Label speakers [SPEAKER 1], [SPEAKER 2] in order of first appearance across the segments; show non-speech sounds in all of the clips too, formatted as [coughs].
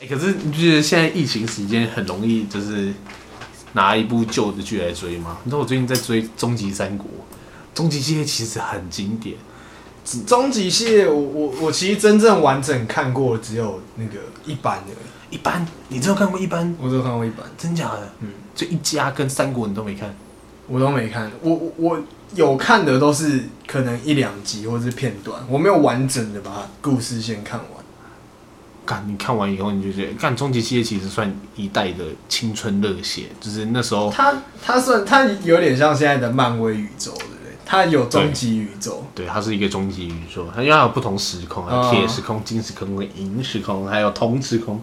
[SPEAKER 1] 欸可是你不觉得现在疫情期间很容易就是拿一部旧的剧来追吗？你知道我最近在追《终极三国》，终极系列其实很经典，
[SPEAKER 2] 终极系列，我我我其实真正完整看过只有那个一版的，
[SPEAKER 1] 一般你真的看过一般？
[SPEAKER 2] 我只有看过一版，
[SPEAKER 1] 真假的？
[SPEAKER 2] 嗯，
[SPEAKER 1] 就一家跟三国你都没看，
[SPEAKER 2] 我都没看。我我我有看的都是可能一两集或是片段，我没有完整的把故事线看完。
[SPEAKER 1] 干你看完以后你就觉得，干终极系列其实算一代的青春热血，就是那时候
[SPEAKER 2] 它它算它有点像现在的漫威宇宙，对不对？它有终极宇宙，
[SPEAKER 1] 对，它是一个终极宇宙，它因为它有不同时空，还有
[SPEAKER 2] 哦
[SPEAKER 1] 铁时空、金时空、银时空，还有铜时空，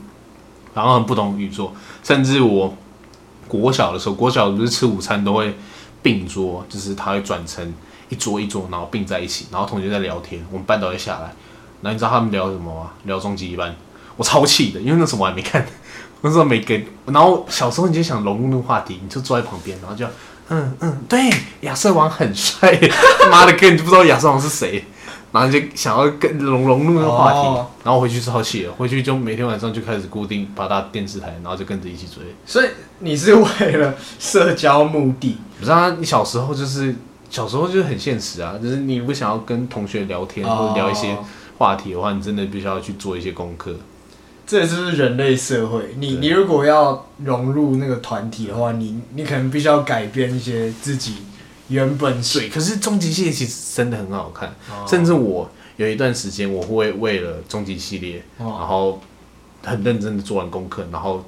[SPEAKER 1] 然后很不同宇宙。甚至我国小的时候，国小不是吃午餐都会并桌，就是它会转成一桌一桌，然后并在一起，然后同学在聊天，我们班导会下来，然后你知道他们聊什么吗？聊终极一班，我超气的，因为那时候我还没看， [laughs] 我那时候没跟，然后小时候你就想融入那个话题，你就坐在旁边，然后就。嗯嗯，对，亚瑟王很帅， [laughs] 妈的，根本就不知道亚瑟王是谁，然后就想要跟融融入那个话题，
[SPEAKER 2] 哦
[SPEAKER 1] 然后回去超气了，回去就每天晚上就开始固定八大电视台，然后就跟着一起追。
[SPEAKER 2] 所以你是为了社交目的，
[SPEAKER 1] 不是啊，你小时候就是小时候就是很现实啊，就是你如果想要跟同学聊天、或者聊一些
[SPEAKER 2] 哦
[SPEAKER 1] 话题的话，你真的必须要去做一些功课。
[SPEAKER 2] 这就是人类社会。你
[SPEAKER 1] 对
[SPEAKER 2] 你如果要融入那个团体的话，你你可能必须要改变一些自己原本
[SPEAKER 1] 对，
[SPEAKER 2] 水，
[SPEAKER 1] 可是终极系列其实真的很好看，
[SPEAKER 2] 哦
[SPEAKER 1] 甚至我有一段时间我会为了终极系列，
[SPEAKER 2] 哦
[SPEAKER 1] 然后很认真的做完功课，然后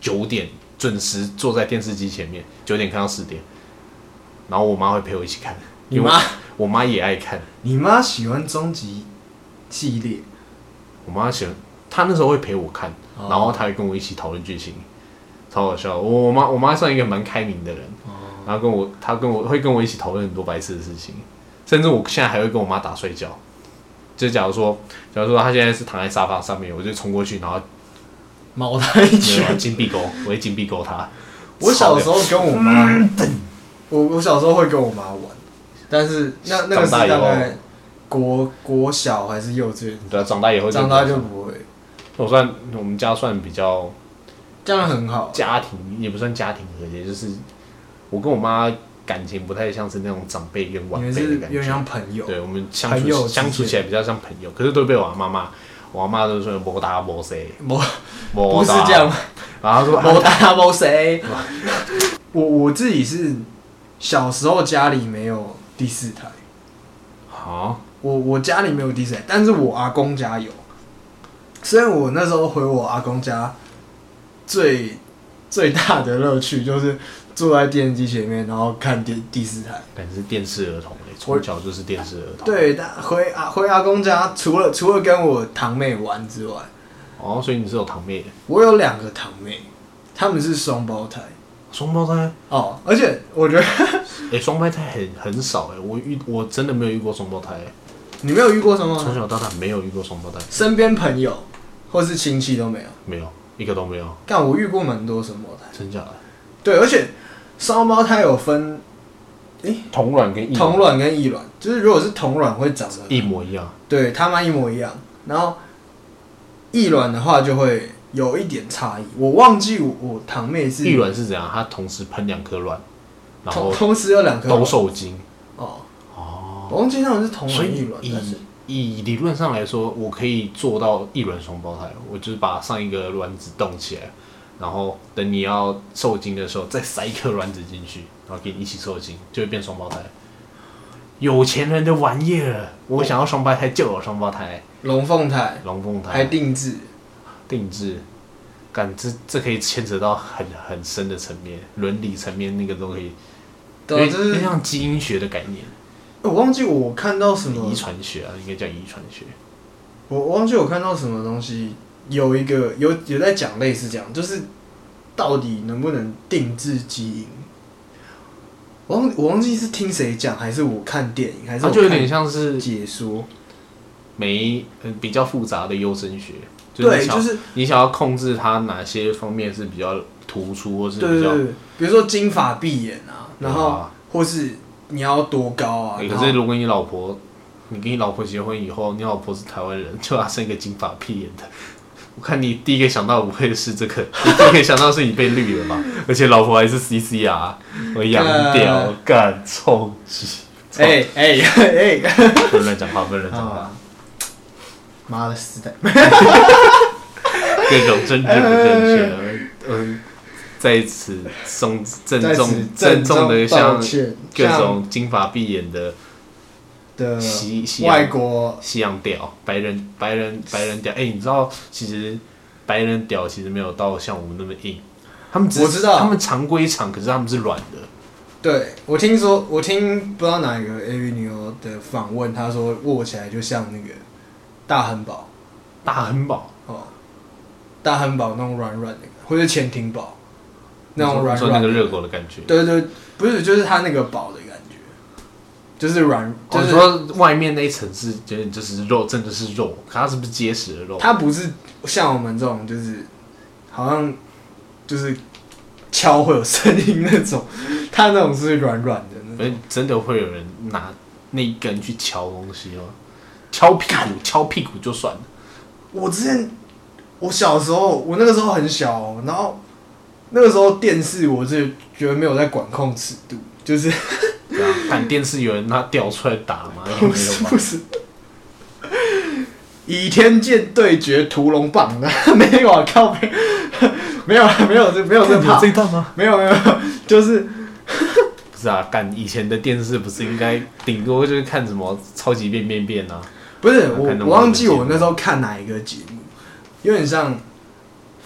[SPEAKER 1] 九点准时坐在电视机前面，九点看到十点，然后我妈会陪我一起看，
[SPEAKER 2] 你妈，
[SPEAKER 1] 我妈也爱看，
[SPEAKER 2] 你妈喜欢终极系列，
[SPEAKER 1] 我妈喜欢，她那时候会陪我看，
[SPEAKER 2] 哦
[SPEAKER 1] 然后她会跟我一起讨论剧情，超好笑的。我我妈我妈算一个蛮开明的人，
[SPEAKER 2] 哦
[SPEAKER 1] 然后跟我她跟我会跟我一起讨论很多白痴的事情，甚至我现在还会跟我妈打睡觉。就假如说，假如说她现在是躺在沙发上面，我就冲过去，然后
[SPEAKER 2] 毛他一
[SPEAKER 1] 没有我要
[SPEAKER 2] 拳。
[SPEAKER 1] 金币钩，我会金币钩她。
[SPEAKER 2] 啊 [laughs] 我小时候跟我妈，
[SPEAKER 1] 嗯
[SPEAKER 2] 我我小时候会跟我妈玩，但是那那个
[SPEAKER 1] 长
[SPEAKER 2] 是
[SPEAKER 1] 大
[SPEAKER 2] 大
[SPEAKER 1] 以后
[SPEAKER 2] 概国国小还是幼稚园，
[SPEAKER 1] 对啊，长大以后
[SPEAKER 2] 长大就不会，
[SPEAKER 1] 我算我们家算比较
[SPEAKER 2] 这样很好。
[SPEAKER 1] 家庭，也不算家庭和谐，就是我跟我妈感情不太像是那种长辈跟
[SPEAKER 2] 你
[SPEAKER 1] 晚
[SPEAKER 2] 们
[SPEAKER 1] 辈的
[SPEAKER 2] 是
[SPEAKER 1] 感
[SPEAKER 2] 有
[SPEAKER 1] 觉
[SPEAKER 2] 点。像朋友，
[SPEAKER 1] 对我们相
[SPEAKER 2] 朋友
[SPEAKER 1] 处
[SPEAKER 2] 之间
[SPEAKER 1] 相处起来比较像朋友，可是都被我妈妈，我妈都说没打没谁，
[SPEAKER 2] 不
[SPEAKER 1] 不
[SPEAKER 2] [laughs] 不是
[SPEAKER 1] [laughs]
[SPEAKER 2] 这样，
[SPEAKER 1] 然后她说
[SPEAKER 2] 某大某
[SPEAKER 1] [laughs]
[SPEAKER 2] 谁。我我自己是小时候家里没有第四台，
[SPEAKER 1] 好，
[SPEAKER 2] 我我家里没有第四台，但是我阿公家有。虽然我那时候回我阿公家，最最大的乐趣就是坐在电视机前面，然后看第第四台。
[SPEAKER 1] 感觉是电视儿童欸从小就是电视儿童。，
[SPEAKER 2] 对，但回阿回阿公家，除了除了跟我堂妹玩之外，
[SPEAKER 1] 哦，所以你是有堂妹的，
[SPEAKER 2] 我有两个堂妹，她们是双胞胎
[SPEAKER 1] 双胞胎，
[SPEAKER 2] 哦，而且我觉得 [laughs]
[SPEAKER 1] 哎，双胞胎很很少哎，我遇我真的没有遇过双胞胎欸，
[SPEAKER 2] 你没有遇过什么
[SPEAKER 1] 从小到大没有遇过双胞胎，
[SPEAKER 2] 身边朋友或是亲戚都没有。
[SPEAKER 1] 没有一个都没有，
[SPEAKER 2] 但我遇过蛮多双胞胎，
[SPEAKER 1] 真假的？
[SPEAKER 2] 对，而且双胞胎有分
[SPEAKER 1] 同卵跟异
[SPEAKER 2] 同卵跟异卵，就是如果是同卵会长得
[SPEAKER 1] 一模一样，
[SPEAKER 2] 对他妈一模一样，然后异卵的话就会有一点差异。我忘记我我堂妹是
[SPEAKER 1] 异卵是怎样？它同时喷两颗卵，然
[SPEAKER 2] 同
[SPEAKER 1] 后
[SPEAKER 2] 同时有两颗
[SPEAKER 1] 都受精。
[SPEAKER 2] 哦，
[SPEAKER 1] 哦，
[SPEAKER 2] 我忘记他们是同
[SPEAKER 1] 所
[SPEAKER 2] 卵异
[SPEAKER 1] 以
[SPEAKER 2] 卵，
[SPEAKER 1] 以
[SPEAKER 2] 但是
[SPEAKER 1] 以理论上来说，我可以做到一卵双胞胎，我就是把上一个卵子冻起来，然后等你要受精的时候再塞一颗卵子进去，然后给你一起受精，就会变双胞胎。有钱人的玩意儿，
[SPEAKER 2] 哦
[SPEAKER 1] 我想要双胞胎就有双胞胎，
[SPEAKER 2] 龙凤胎
[SPEAKER 1] 龙凤胎
[SPEAKER 2] 还定制，
[SPEAKER 1] 定制，感这这可以牵扯到很很深的层面，伦理层面那个都可以，
[SPEAKER 2] 对啊，
[SPEAKER 1] 有
[SPEAKER 2] 就
[SPEAKER 1] 点
[SPEAKER 2] 是
[SPEAKER 1] 像基因学的概念，
[SPEAKER 2] 我忘记我看到什么
[SPEAKER 1] 遗传学啊，应该叫遗传学。
[SPEAKER 2] 我我忘记我看到什么东西，有一个有有在讲类似这样，就是到底能不能定制基因？我忘我忘记是听谁讲，还是我看电影，还是
[SPEAKER 1] 它
[SPEAKER 2] 我
[SPEAKER 1] 啊就有点
[SPEAKER 2] 看
[SPEAKER 1] 像是
[SPEAKER 2] 解说？
[SPEAKER 1] 没呃比较复杂的优生学，是
[SPEAKER 2] 对，
[SPEAKER 1] 你想、
[SPEAKER 2] 就是
[SPEAKER 1] 你想要控制它哪些方面是比较突出，或是
[SPEAKER 2] 对
[SPEAKER 1] 比
[SPEAKER 2] 对
[SPEAKER 1] 较
[SPEAKER 2] 对，对比如说金发碧眼啊，然后
[SPEAKER 1] 啊
[SPEAKER 2] 或是你要多高啊，
[SPEAKER 1] 欸
[SPEAKER 2] 然
[SPEAKER 1] 可是
[SPEAKER 2] 后
[SPEAKER 1] 如果你老 [laughs] 婆，你跟你老婆结婚以后，你老婆是台湾人，就要生一个金发碧眼的， [laughs] 我看你第一个想到不会是这个， [laughs] 你第一个想到是你被绿了吧？ [laughs] 而且老婆还是 CC 啊，我洋屌干臭鸡，
[SPEAKER 2] 哎哎哎！
[SPEAKER 1] [laughs] 不能乱讲话，不能乱讲话
[SPEAKER 2] 啊，，妈的时代，
[SPEAKER 1] [laughs] 各种政治不正确，嗯，在此送
[SPEAKER 2] [laughs]
[SPEAKER 1] 郑
[SPEAKER 2] 在
[SPEAKER 1] 重
[SPEAKER 2] 此
[SPEAKER 1] 郑重的
[SPEAKER 2] 道
[SPEAKER 1] 向
[SPEAKER 2] 歉
[SPEAKER 1] 各
[SPEAKER 2] 向
[SPEAKER 1] 种金发碧眼的
[SPEAKER 2] 的
[SPEAKER 1] 西西洋
[SPEAKER 2] 外国
[SPEAKER 1] 西洋屌，白人白人白人屌。哎、你知道其实白人屌其实没有到像我们那么硬，他们只
[SPEAKER 2] 我知道
[SPEAKER 1] 他们常规长，可是他们是软的。
[SPEAKER 2] 对我听说，我听不知道哪一个 AV 女优的访问，她说握起来就像那个大汉堡
[SPEAKER 1] 大汉堡
[SPEAKER 2] 哦，大汉堡那种软软的，或者潜艇堡那种
[SPEAKER 1] 你
[SPEAKER 2] 软
[SPEAKER 1] 说
[SPEAKER 2] 软
[SPEAKER 1] 那
[SPEAKER 2] 的
[SPEAKER 1] 个热狗的感觉。
[SPEAKER 2] 对对，对不是就是它那个堡的感觉，就是软，
[SPEAKER 1] 我、
[SPEAKER 2] 就
[SPEAKER 1] 哦你
[SPEAKER 2] 是
[SPEAKER 1] 说外面那一层是觉得就是肉，真的是肉，可它是不是结实的肉？
[SPEAKER 2] 它不是像我们这种就是好像就是敲会有声音那种，它那种是软软的那种。
[SPEAKER 1] 而真的会有人拿那一根去敲东西吗？敲屁股，敲屁股就算了。
[SPEAKER 2] 我之前我小时候，我那个时候很小哦、然后那个时候电视我是觉得没有在管控尺度，就是
[SPEAKER 1] 对啊，看电视有人拿掉出来打吗？没
[SPEAKER 2] 不
[SPEAKER 1] 有
[SPEAKER 2] 是
[SPEAKER 1] 吧
[SPEAKER 2] 不？是。倚天剑对决屠龙榜的 [laughs] 没有啊，靠背，没有啊没有这没有这怕
[SPEAKER 1] 有，这一段吗？
[SPEAKER 2] 没有没有，就是
[SPEAKER 1] 不是啊，干以前的电视不是应该顶多就是看什么超级变变变啊？
[SPEAKER 2] 不是我
[SPEAKER 1] 看那么多的
[SPEAKER 2] 我忘记
[SPEAKER 1] 节目
[SPEAKER 2] 我那时候看哪一个节目，有点像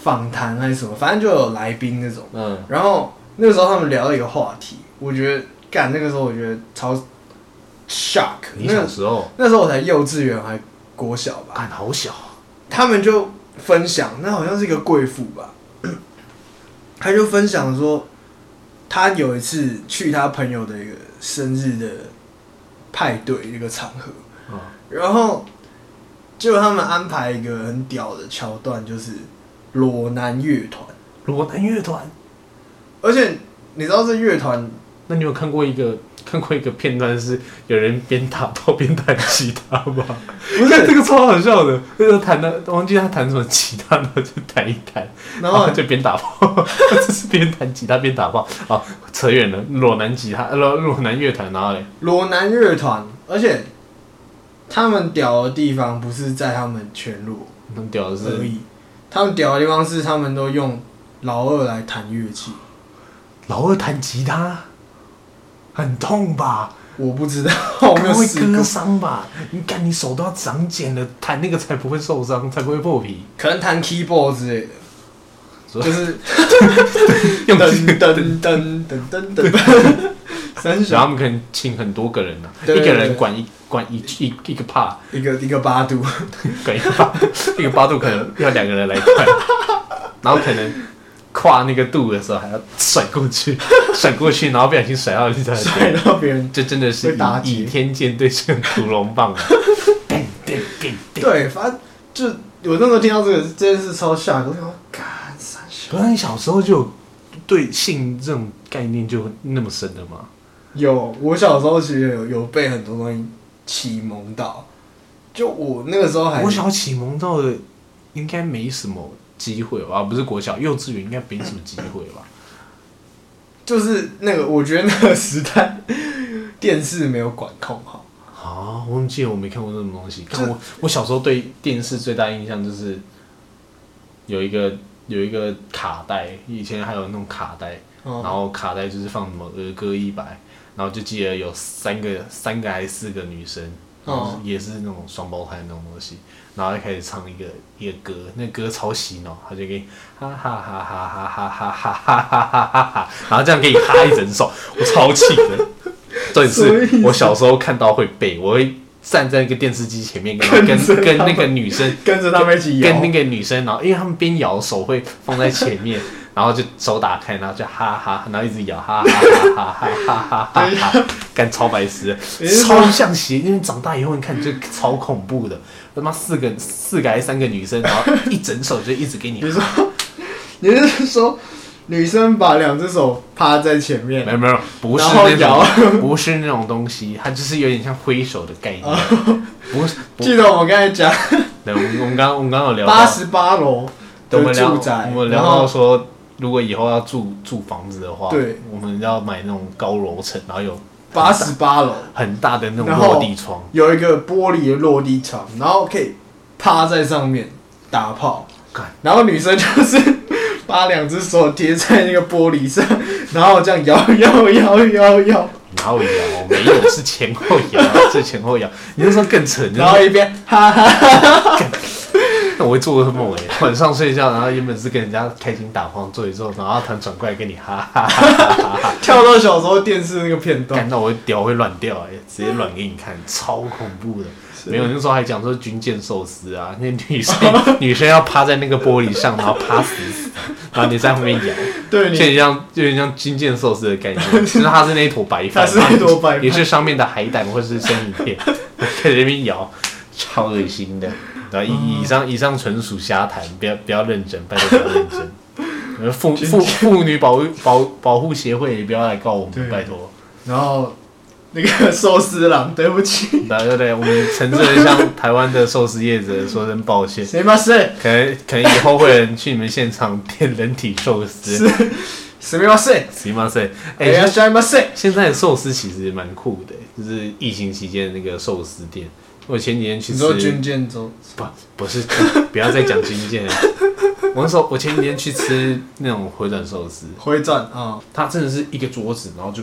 [SPEAKER 2] 访谈还是什么，反正就有来宾那种。
[SPEAKER 1] 嗯，
[SPEAKER 2] 然后那个时候他们聊了一个话题，我觉得干那个时候我觉得超 shock，
[SPEAKER 1] 你
[SPEAKER 2] 那
[SPEAKER 1] 小时候
[SPEAKER 2] 那时候我才幼稚园还国小吧，
[SPEAKER 1] 干好小啊，
[SPEAKER 2] 他们就分享，那好像是一个贵妇吧， [clears throat] 她就分享说，她有一次去她朋友的一个生日的派对一个场合，
[SPEAKER 1] 嗯
[SPEAKER 2] 然后就他们安排一个很屌的桥段，就是裸男乐团，
[SPEAKER 1] 罗南乐团。
[SPEAKER 2] 而且你知道这乐团
[SPEAKER 1] 那你有看过一个看过一个片段是有人边打炮边弹吉他吗？
[SPEAKER 2] 不是
[SPEAKER 1] 这个超好笑的，那个弹的忘记他弹什么吉他，然后就弹一弹，
[SPEAKER 2] [laughs] 然后
[SPEAKER 1] 就边打炮， [laughs] 就是边弹吉他边打炮。啊，扯远了，裸男吉他，呃裸裸男乐团，然后嘞，
[SPEAKER 2] 裸男乐团，而且他们屌的地方不是在他们全裸
[SPEAKER 1] 很屌的是
[SPEAKER 2] 而已，他们屌的地方是他们都用老二来弹乐器，
[SPEAKER 1] 老二弹吉他，很痛吧？
[SPEAKER 2] 我不知道，我哦没有
[SPEAKER 1] 会
[SPEAKER 2] 试
[SPEAKER 1] 割
[SPEAKER 2] 过，
[SPEAKER 1] 伤吧？你看你手都要长茧了，弹那个才不会受伤，才不会破皮。
[SPEAKER 2] 可能弹 keyboard 之类的，
[SPEAKER 1] 所以
[SPEAKER 2] 就是
[SPEAKER 1] 用
[SPEAKER 2] 噔噔噔噔噔噔，
[SPEAKER 1] [laughs]
[SPEAKER 2] 三
[SPEAKER 1] 然
[SPEAKER 2] 小
[SPEAKER 1] 后他们可能请很多个人呢、啊，
[SPEAKER 2] 对
[SPEAKER 1] 一
[SPEAKER 2] 对
[SPEAKER 1] 个
[SPEAKER 2] 对
[SPEAKER 1] 人
[SPEAKER 2] 对
[SPEAKER 1] 管一管一一一个帕，
[SPEAKER 2] 一个一个八度，
[SPEAKER 1] 管一个八一个八度可能要两个人来管，然后可能跨那个度的时候还要甩过去，甩过去，然后不小心甩到人家的
[SPEAKER 2] 甩
[SPEAKER 1] 脸，
[SPEAKER 2] 到别人。
[SPEAKER 1] 这真的是
[SPEAKER 2] 会打结
[SPEAKER 1] 以以天剑对阵屠龙棒啊！叮叮叮叮
[SPEAKER 2] 对，反正就我那时候听到这个这件事超吓，我想说，干三小
[SPEAKER 1] 可是你小时候就有对性这种概念就那么深的吗？
[SPEAKER 2] 有，我小时候其实有有被很多东西启蒙到，就我那个时候还
[SPEAKER 1] 国小启蒙到的应该没什么机会吧？啊不是国小，幼稚园应该没什么机会吧？
[SPEAKER 2] 就是那个，我觉得那个时代 [laughs] 电视没有管控好，
[SPEAKER 1] 啊，我怎么记得我没看过这种东西。看我，我小时候对电视最大印象就是有一个有一个卡带，以前还有那种卡带，
[SPEAKER 2] 哦
[SPEAKER 1] 然后卡带就是放什么儿歌一百，然后就记得有三个三个还是四个女生，然后
[SPEAKER 2] 哦
[SPEAKER 1] 也是那种双胞胎那种东西，然后就开始唱一个一个歌，那歌超洗脑，他就给你哈哈哈哈哈哈哈哈哈哈哈哈哈，然后这样给你哈一整首，我超气的。重点
[SPEAKER 2] 什么意
[SPEAKER 1] 是
[SPEAKER 2] 思
[SPEAKER 1] 我小时候看到会背，我会站在那个电视机前面，然后跟
[SPEAKER 2] 跟着
[SPEAKER 1] 跟
[SPEAKER 2] 他
[SPEAKER 1] 那
[SPEAKER 2] 们
[SPEAKER 1] 个女生
[SPEAKER 2] 跟着他们一起摇
[SPEAKER 1] 跟那个女生，然后因为他们边摇手会放在前面，然后就手打开，然后就哈哈，然后一直摇哈哈哈哈哈哈哈哈哈，干超白痴
[SPEAKER 2] 你是，说
[SPEAKER 1] 超像邪。因为长大以后你看就超恐怖的，他妈四个四个还是三个女生，然后一整首就一直给你。
[SPEAKER 2] 你说，你是说女生把两只手趴在前面
[SPEAKER 1] 没，有没有，不是
[SPEAKER 2] 然后
[SPEAKER 1] 那
[SPEAKER 2] 摇
[SPEAKER 1] 种，不是那种东西，它就是有点像挥手的概念，不是不 [laughs]
[SPEAKER 2] 记得我们刚才讲
[SPEAKER 1] 对，我们我们刚我们刚刚有聊
[SPEAKER 2] 八
[SPEAKER 1] 到，
[SPEAKER 2] 十八楼
[SPEAKER 1] 对我
[SPEAKER 2] 的
[SPEAKER 1] 们聊
[SPEAKER 2] 住宅，
[SPEAKER 1] 我们聊
[SPEAKER 2] 然
[SPEAKER 1] 到
[SPEAKER 2] 后
[SPEAKER 1] 说，如果以后要住住房子的话，
[SPEAKER 2] 对，
[SPEAKER 1] 我们要买那种高楼层，然后有
[SPEAKER 2] 八十八
[SPEAKER 1] [laughs]
[SPEAKER 2] 楼
[SPEAKER 1] 很大的那种
[SPEAKER 2] 然后
[SPEAKER 1] 落地窗，
[SPEAKER 2] 有一个玻璃的落地窗，然后可以趴在上面打炮
[SPEAKER 1] 干，
[SPEAKER 2] 然后女生就是 [laughs] 把两只手贴在那个玻璃上，然后这样摇摇摇摇摇，
[SPEAKER 1] 哪有摇？没有，是前后摇，
[SPEAKER 2] [laughs]
[SPEAKER 1] 是前后摇。你那时候更扯，你那时
[SPEAKER 2] 然
[SPEAKER 1] 候
[SPEAKER 2] 后一边哈哈，
[SPEAKER 1] 那我会做噩梦哎、晚上睡觉，然后原本是跟人家开心打晃做一做，然后他转过来跟你哈哈哈，
[SPEAKER 2] 跳到小时候电视那个片段
[SPEAKER 1] 干。到我屌会软掉
[SPEAKER 2] 嗯
[SPEAKER 1] 哎、直接软给你看，超恐怖的。没有，那时候还讲说军舰寿司啊， [laughs] 那女
[SPEAKER 2] [laughs]
[SPEAKER 1] 生女生要趴在那个玻璃上，然后趴死死，然后你在后面摇，
[SPEAKER 2] [laughs] 对
[SPEAKER 1] 有
[SPEAKER 2] 你
[SPEAKER 1] 点像有点像军舰寿司的概
[SPEAKER 2] [laughs]
[SPEAKER 1] 念，其实它是那一坨白饭，
[SPEAKER 2] 它是那一坨白饭
[SPEAKER 1] 也是上面的海胆或是生鱼
[SPEAKER 2] [laughs]
[SPEAKER 1] 片，在那边摇，超恶心的。然后
[SPEAKER 2] 嗯
[SPEAKER 1] 以以上以上纯属瞎谈，不要不要认真，拜托不要认
[SPEAKER 2] [laughs]
[SPEAKER 1] 真。呃妇妇妇女保护保保护协会，也不要来告我
[SPEAKER 2] 对
[SPEAKER 1] 们，拜托。
[SPEAKER 2] 然后那个寿司郎，对不起， [laughs]
[SPEAKER 1] 对对对，我们诚挚的向台湾的寿司业者说声抱歉。
[SPEAKER 2] 谁嘛是
[SPEAKER 1] 可能可能以后会有人去你们现场点人体寿司，
[SPEAKER 2] 谁嘛是，
[SPEAKER 1] 行吗？塞，哎，
[SPEAKER 2] 哎呀谁嘛是，
[SPEAKER 1] 现在的寿司其实蛮酷的，欸就是疫情期间的那个寿司店。我前几天去
[SPEAKER 2] 你说
[SPEAKER 1] 吃
[SPEAKER 2] 军，舰中
[SPEAKER 1] 不不是，不要再讲军舰了。我那时候我前几天去吃那种回转寿司，
[SPEAKER 2] 回转啊，
[SPEAKER 1] 它真的是一个桌子，然后就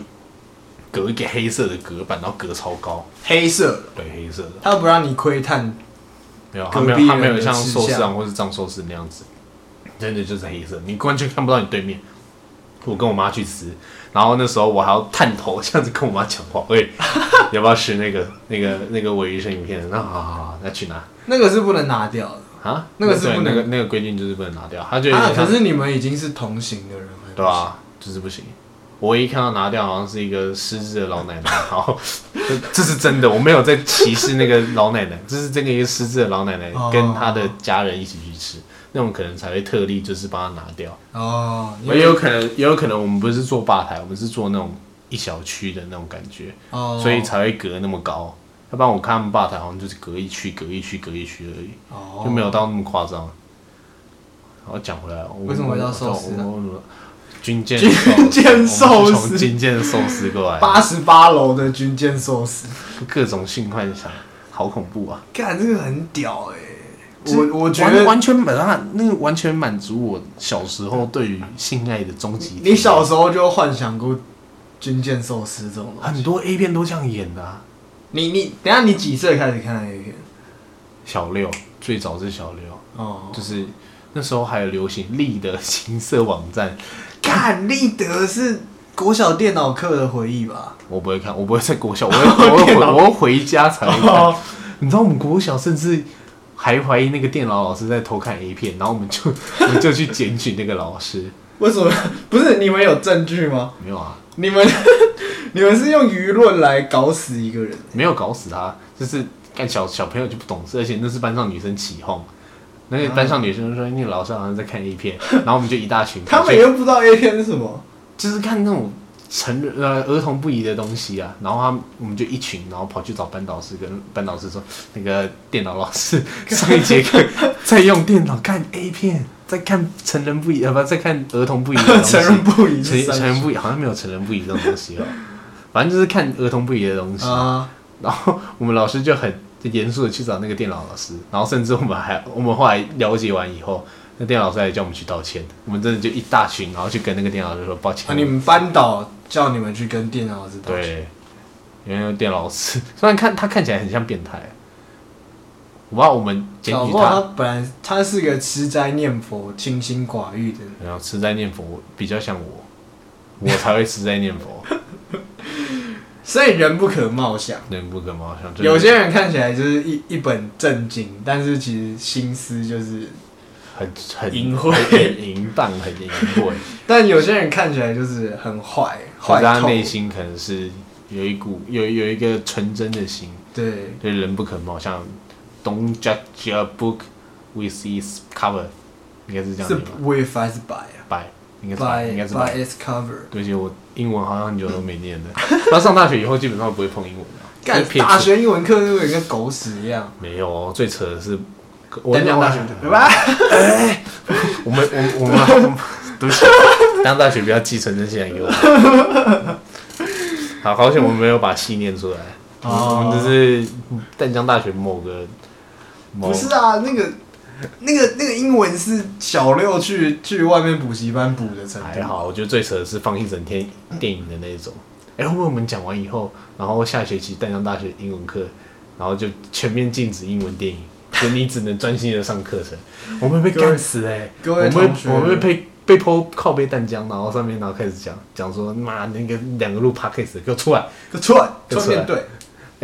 [SPEAKER 1] 隔一个黑色的隔板，然后隔超高，
[SPEAKER 2] 黑色的，
[SPEAKER 1] 对，黑色的，
[SPEAKER 2] 他不让你窥探，
[SPEAKER 1] 没有，它
[SPEAKER 2] 隔
[SPEAKER 1] 没
[SPEAKER 2] 壁
[SPEAKER 1] 有它没有
[SPEAKER 2] 人的
[SPEAKER 1] 像
[SPEAKER 2] 吃
[SPEAKER 1] 寿司
[SPEAKER 2] 相
[SPEAKER 1] 郎或是藏寿司那样子，真的就是黑色，你完全看不到你对面。我跟我妈去吃，然后那时候我还要探头这样子跟我妈讲话，喂，要不要吃那个那个那个尾鱼生鱼片？那好好好，那去拿
[SPEAKER 2] 那个是不能拿掉的。
[SPEAKER 1] 啊？
[SPEAKER 2] 那个是
[SPEAKER 1] 对
[SPEAKER 2] 不能
[SPEAKER 1] 那个那个规定就是不能拿掉，他就有
[SPEAKER 2] 啊
[SPEAKER 1] 点，像、
[SPEAKER 2] 可是你们已经是同行的人了，
[SPEAKER 1] 对吧、啊就是不行。我唯一看到拿掉好像是一个失智的老奶 [laughs] 奶，然后这这是真的，我没有在歧视那个老奶 [laughs] 奶，这是真的一个失智的老奶奶
[SPEAKER 2] 哦
[SPEAKER 1] 跟她的家人一起去吃，那种可能才会特例就是帮她拿掉。
[SPEAKER 2] 哦，因
[SPEAKER 1] 也
[SPEAKER 2] 为
[SPEAKER 1] 有可能，也有可能我们不是做吧台，我们是做那种一小区的那种感觉，
[SPEAKER 2] 哦，
[SPEAKER 1] 所以才会隔那么高。要不然我看他们吧台好像就是隔一区、隔一区、隔一区而已，
[SPEAKER 2] 哦
[SPEAKER 1] 就没有到那么夸张。然后讲回来，我
[SPEAKER 2] 为什么回到寿司呢
[SPEAKER 1] 我我我军舰
[SPEAKER 2] 军舰
[SPEAKER 1] 寿
[SPEAKER 2] 寿司
[SPEAKER 1] 我们是从军舰寿司过来，啊
[SPEAKER 2] 八十八楼的军舰寿司，
[SPEAKER 1] 各种性幻想，好恐怖啊！
[SPEAKER 2] 干这个很屌哎、
[SPEAKER 1] 就是
[SPEAKER 2] 我我觉
[SPEAKER 1] 完
[SPEAKER 2] 得
[SPEAKER 1] 完全满那那个完全满足我小时候对于性爱的终极。
[SPEAKER 2] 你小时候就幻想过军舰寿司这种东西。
[SPEAKER 1] 很多 A 片都这样演的、啊。
[SPEAKER 2] 你你等一下你几岁开始看 A 片？
[SPEAKER 1] 小六，最早是小六，
[SPEAKER 2] 哦，
[SPEAKER 1] 就是那时候还有流行力的情色网站，
[SPEAKER 2] 看立德是国小电脑课的回忆吧？
[SPEAKER 1] 我不会看，我不会在国
[SPEAKER 2] [laughs]
[SPEAKER 1] 小，我会我会
[SPEAKER 2] 电
[SPEAKER 1] 回
[SPEAKER 2] 脑
[SPEAKER 1] 我会回家才会看。
[SPEAKER 2] 哦
[SPEAKER 1] 你知道我们国小甚至还怀疑那个电脑老师在偷看 A 片，然后我们就 [laughs] 我们就去检举那个老师。
[SPEAKER 2] 为什么？ [laughs] 不是你们有证据吗？
[SPEAKER 1] 没有啊，
[SPEAKER 2] 你们 [laughs] 你们是用舆论来搞死一个人？
[SPEAKER 1] 没有搞死他，就是干小小朋友就不懂事，而且那是班上女生起哄。那个班上女生就说：“那个老师好像在看 A 片。”然后我们就一大群，
[SPEAKER 2] 他们又不知道 A 片是什么。
[SPEAKER 1] 就是看那种成人呃儿童不宜的东西啊，然后他们我们就一群，然后跑去找班导师，跟班导师说，那个电脑老
[SPEAKER 2] [laughs]
[SPEAKER 1] 师 [laughs] 上一节课在用电脑看 A 片，在看成人不宜呃不在看儿童不宜的东西，
[SPEAKER 2] 成人不宜
[SPEAKER 1] 成
[SPEAKER 2] 是三
[SPEAKER 1] 成人不宜好像没有成人不宜这种东西哦，反正就是看儿童不宜的东西。
[SPEAKER 2] 啊，
[SPEAKER 1] 然后我们老师就很严肃的去找那个电脑老师，然后甚至我们还我们后来了解完以后，那电脑老师还叫我们去道歉，我们真的就一大群，然后去跟那个电脑老师说抱歉。
[SPEAKER 2] 啊，你们班导叫你们去跟电脑老师道歉。
[SPEAKER 1] 对，因为那个电脑老师虽然看他看起来很像变态，我不知道我们检
[SPEAKER 2] 搞
[SPEAKER 1] 举
[SPEAKER 2] 不好他
[SPEAKER 1] 他，
[SPEAKER 2] 本来他是个吃斋念佛、清心寡欲的人。
[SPEAKER 1] 然后吃斋念佛比较像我，我才会吃斋念
[SPEAKER 2] [laughs]
[SPEAKER 1] 佛，
[SPEAKER 2] 所以人不可貌相。
[SPEAKER 1] 人不可貌相。就是
[SPEAKER 2] 有些人看起来就是一一本正经，但是其实心思就是。
[SPEAKER 1] 很很
[SPEAKER 2] 淫秽
[SPEAKER 1] 很淫荡，很淫
[SPEAKER 2] [laughs]
[SPEAKER 1] 秽。
[SPEAKER 2] 但有些人看起来就是很坏，
[SPEAKER 1] 可
[SPEAKER 2] 坏
[SPEAKER 1] 是他
[SPEAKER 2] 透
[SPEAKER 1] 内心可能是有一股有有一个纯真的心，
[SPEAKER 2] 对，
[SPEAKER 1] 就是人不可貌相。Don't judge a book with its cover，应该是这样
[SPEAKER 2] 是
[SPEAKER 1] 念吧？
[SPEAKER 2] with 还是 by 啊
[SPEAKER 1] 白，应该是白，
[SPEAKER 2] ？by
[SPEAKER 1] 应该是白
[SPEAKER 2] by is cover。
[SPEAKER 1] 对不起，我英文好像很久都没念了。 [laughs] 那上大学以后基本上不会碰英文了。
[SPEAKER 2] 干
[SPEAKER 1] 就是撇
[SPEAKER 2] 大
[SPEAKER 1] 除
[SPEAKER 2] 学英文课就跟狗屎一样，
[SPEAKER 1] 没有哦，最扯的是我
[SPEAKER 2] 南洋大学
[SPEAKER 1] 我
[SPEAKER 2] 对吧？
[SPEAKER 1] 我们我我们我
[SPEAKER 2] [laughs]
[SPEAKER 1] 们对不起，当大学不要继承这些人给我。 [laughs] 好，好险我们没有把戏念出来，
[SPEAKER 2] 哦
[SPEAKER 1] 我们只是淡江大学某个某
[SPEAKER 2] [laughs] 不是啊，那个那个那个英文是小六去去外面补习班补的程
[SPEAKER 1] 还
[SPEAKER 2] 度。
[SPEAKER 1] 好，我觉得最扯的是放一整天电影的那种。哎、会不会我们讲完以后，然后下学期淡江大学英文课，然后就全面禁止英文电影，就你只能专心的上课程。我们被
[SPEAKER 2] 各位
[SPEAKER 1] 干死哎、
[SPEAKER 2] 各
[SPEAKER 1] 我
[SPEAKER 2] 位
[SPEAKER 1] 们
[SPEAKER 2] 同
[SPEAKER 1] 会
[SPEAKER 2] 学，
[SPEAKER 1] 我们会被被泼靠背弹浆，然后上面然后开始讲讲说，妈那个两个录 podcast 给我出来。
[SPEAKER 2] 可出来，
[SPEAKER 1] 可出
[SPEAKER 2] 出
[SPEAKER 1] 来
[SPEAKER 2] 来面对，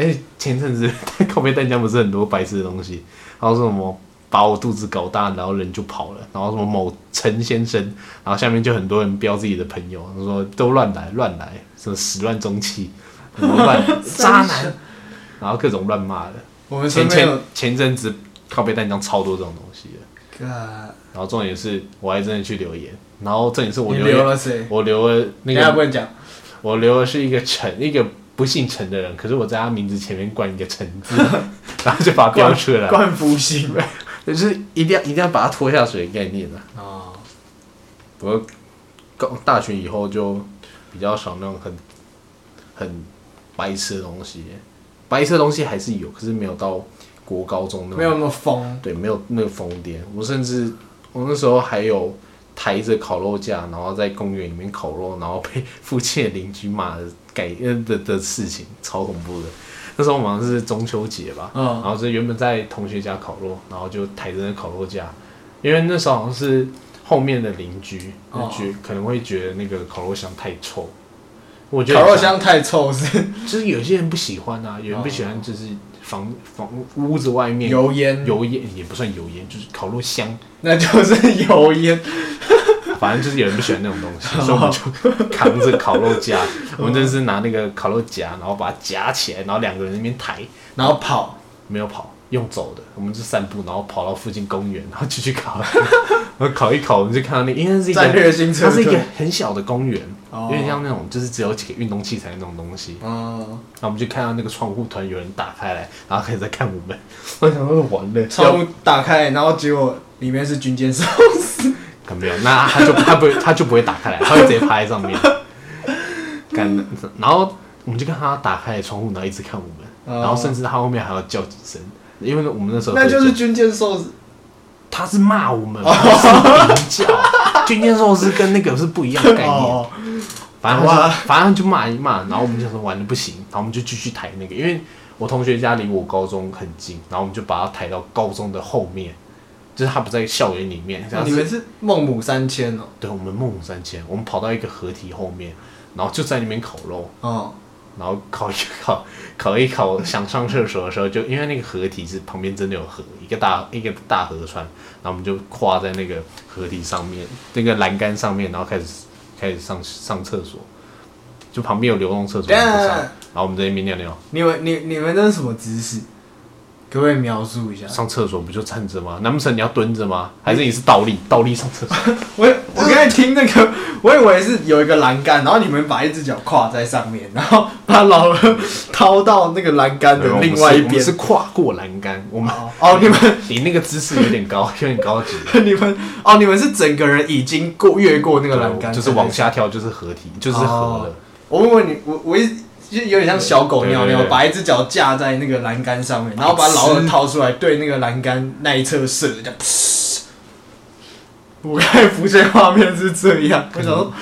[SPEAKER 1] 哎、前阵子 [laughs] 靠背弹浆不是很多白痴的东西，然后说什么把我肚子搞大，然后人就跑了，然后什么某陈先生，然后下面就很多人标自己的朋友，说都乱来乱来，什么始乱终弃，什么
[SPEAKER 2] [laughs]
[SPEAKER 1] 乱渣男，然后各种乱骂的。
[SPEAKER 2] 我们
[SPEAKER 1] 前
[SPEAKER 2] 身边
[SPEAKER 1] 前
[SPEAKER 2] 有
[SPEAKER 1] 前阵子靠背弹浆超多这种东西的。
[SPEAKER 2] 干
[SPEAKER 1] 然后重点是，我还真的去留言，然后重点是我
[SPEAKER 2] 你
[SPEAKER 1] 留
[SPEAKER 2] 留
[SPEAKER 1] 言，
[SPEAKER 2] 了谁？
[SPEAKER 1] 我留了那
[SPEAKER 2] 等一下不
[SPEAKER 1] 个，
[SPEAKER 2] 能讲，
[SPEAKER 1] 我留的是一个陈，一个不姓陈的人，可是我在他名字前面冠一个陈字， [laughs] 然后就把他标出来，
[SPEAKER 2] 冠福星
[SPEAKER 1] 就是一定要一定要把他拖下水的概念啊。
[SPEAKER 2] 哦，
[SPEAKER 1] 不过高大学以后就比较少那种很很白痴的东西，白痴的东西还是有，可是没有到国高中那
[SPEAKER 2] 没
[SPEAKER 1] 种，
[SPEAKER 2] 有那么疯，
[SPEAKER 1] 对，没有那个疯癫。我甚至我那时候还有抬着烤肉架，然后在公园里面烤肉，然后被 [laughs] 附近的邻居骂的改呃的的事情，超恐怖的。那时候我们好像是中秋节吧，
[SPEAKER 2] 嗯
[SPEAKER 1] 然后是原本在同学家烤肉，然后就抬着那烤肉架，因为那时候好像是后面的邻居
[SPEAKER 2] 哦
[SPEAKER 1] 觉、可能会觉得那个烤肉香太臭，我觉得
[SPEAKER 2] 烤肉香太臭是
[SPEAKER 1] 就是有些人不喜欢啊，有人不喜欢就是房、房屋子外面
[SPEAKER 2] 油烟，
[SPEAKER 1] 油烟也不算油烟，就是烤肉香，
[SPEAKER 2] 那就是油烟，
[SPEAKER 1] [laughs] 反正就是有人不喜欢那种东西， [laughs] 所以我们就扛着烤肉夹，
[SPEAKER 2] 哦
[SPEAKER 1] 我们就是拿那个烤肉夹，然后把它夹起来，然后两个人在那边抬，
[SPEAKER 2] 然后跑，
[SPEAKER 1] 没有跑，用走的，我们就散步，然后跑到附近公园，然后继续烤， [laughs] 然后烤一烤，我们就看到那个，因为它是一
[SPEAKER 2] 战
[SPEAKER 1] 个
[SPEAKER 2] 略性撤
[SPEAKER 1] 它是一个
[SPEAKER 2] 退，
[SPEAKER 1] 很小的公园，
[SPEAKER 2] 哦
[SPEAKER 1] 有点像那种就是只有几个运动器材那种东西，
[SPEAKER 2] 嗯，
[SPEAKER 1] 然后我们就看到那个窗户突然有人打开来，然后开始在看我们， [laughs] 我想说完了，
[SPEAKER 2] 窗户打开，然后结果里面是军舰烧死，
[SPEAKER 1] 看没有，那他就他不会他就不会打开来，他会直接趴在上
[SPEAKER 2] [laughs]
[SPEAKER 1] 面。干，然后我们就看他打开窗户，然后一直看我们，
[SPEAKER 2] 哦
[SPEAKER 1] 然后甚至他后面还要叫几声，因为我们那时候
[SPEAKER 2] 那就是
[SPEAKER 1] 哦
[SPEAKER 2] 哦
[SPEAKER 1] 对
[SPEAKER 2] 军舰烧死，
[SPEAKER 1] 他是骂我们，不是我们叫。军舰寿司跟那个是不一样的概念，
[SPEAKER 2] [laughs] 哦，
[SPEAKER 1] 反正他
[SPEAKER 2] 哇
[SPEAKER 1] 就反正就骂一骂，然后我们就说玩的不行，然后我们就继续抬那个，因为我同学家离我高中很近，然后我们就把它抬到高中的后面，就是他不在校园里面，这样
[SPEAKER 2] 哦你
[SPEAKER 1] 子
[SPEAKER 2] 们是孟母三迁哦，
[SPEAKER 1] 对，我们孟母三迁，我们跑到一个河堤后面，然后就在那边烤肉，
[SPEAKER 2] 哦，
[SPEAKER 1] 然后烤一烤，烤一烤，想上厕所的时候就，因为那个河堤是旁边真的有河，一个大一个大河川，然后我们就跨在那个河堤上面，那个栏杆上面，然后开始开始上上厕所，就旁边有流动厕所，我们不上，
[SPEAKER 2] 但
[SPEAKER 1] 然后我们在那边尿尿，
[SPEAKER 2] 你们你你们那是什么姿势？可不可以描述一下？
[SPEAKER 1] 上厕所不就站着吗？难不成你要蹲着吗？还是你是倒立倒立上厕所？
[SPEAKER 2] 我我刚才听那个， [laughs] 我以为是有一个栏杆，然后你们把一只脚跨在上面，然后把老二掏到那个栏杆的
[SPEAKER 1] 我们
[SPEAKER 2] [laughs] 另外
[SPEAKER 1] 是
[SPEAKER 2] 一
[SPEAKER 1] 我们
[SPEAKER 2] 边。
[SPEAKER 1] 是跨过栏杆，我们
[SPEAKER 2] 哦哦，你们 [laughs]
[SPEAKER 1] 你那个姿势有点高，有点高级。
[SPEAKER 2] 你们哦，你们是整个人已经过越过那个栏杆，
[SPEAKER 1] 就是往。下跳，就是合体，就是合了。
[SPEAKER 2] 我问问你，我我一就有点像小狗尿
[SPEAKER 1] 对对
[SPEAKER 2] 尿，
[SPEAKER 1] 对对
[SPEAKER 2] 把一只脚架在那个栏杆上面，然后把老二掏出来，对那个栏杆那一侧射，这样。噗 [laughs] 我刚才浮现画面是这样，我 [laughs] 想说，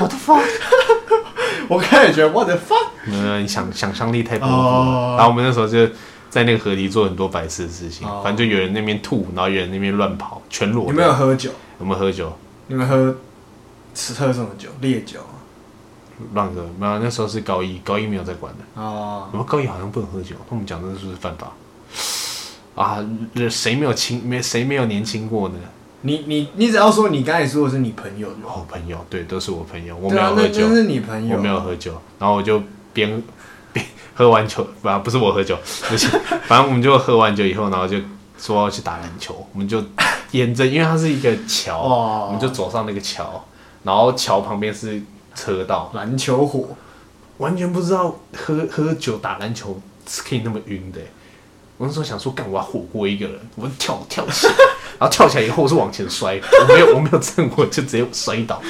[SPEAKER 1] 我的妈！
[SPEAKER 2] [laughs] 我刚才也觉得我的 fuck，
[SPEAKER 1] 呃，你想想象力太丰富
[SPEAKER 2] 哦
[SPEAKER 1] 了。然后我们那时候就在那个河堤做很多白痴的事情
[SPEAKER 2] 哦，
[SPEAKER 1] 反正就有人那边吐，然后有人那边乱跑，全裸的。
[SPEAKER 2] 你们有喝酒？
[SPEAKER 1] 我们喝酒
[SPEAKER 2] 你们喝吃喝什么酒？烈酒啊
[SPEAKER 1] 乱喝，没有那时候是高一，高一没有在管的。
[SPEAKER 2] 哦，
[SPEAKER 1] 我们高一好像不能喝酒，他们讲这是不是犯法？啊，这谁没有亲没谁没有年轻过呢？
[SPEAKER 2] 你你你只要说你刚才说的是你朋友就好，
[SPEAKER 1] 哦，朋友，对，都是我朋友，我
[SPEAKER 2] 对
[SPEAKER 1] 没
[SPEAKER 2] 啊
[SPEAKER 1] 有，
[SPEAKER 2] 那
[SPEAKER 1] 喝酒
[SPEAKER 2] 那。是你朋友，
[SPEAKER 1] 我没有喝酒，然后我就边边 [laughs] 喝完酒，不、啊、不是我喝酒， [laughs] 不是，反正我们就喝完酒以后，然后就说要去打篮球，我们就沿着，因为它是一个桥，
[SPEAKER 2] 哦
[SPEAKER 1] 我们就走上那个桥，然后桥旁边是车道，
[SPEAKER 2] 篮球火，
[SPEAKER 1] 完全不知道喝喝酒打篮球是可以那么晕的欸、我那时候想说，干，我要火锅一个人，我跳跳起来，然后跳起来以后我是往前摔，我没
[SPEAKER 2] [laughs]
[SPEAKER 1] 有我没有站稳，就直接摔倒。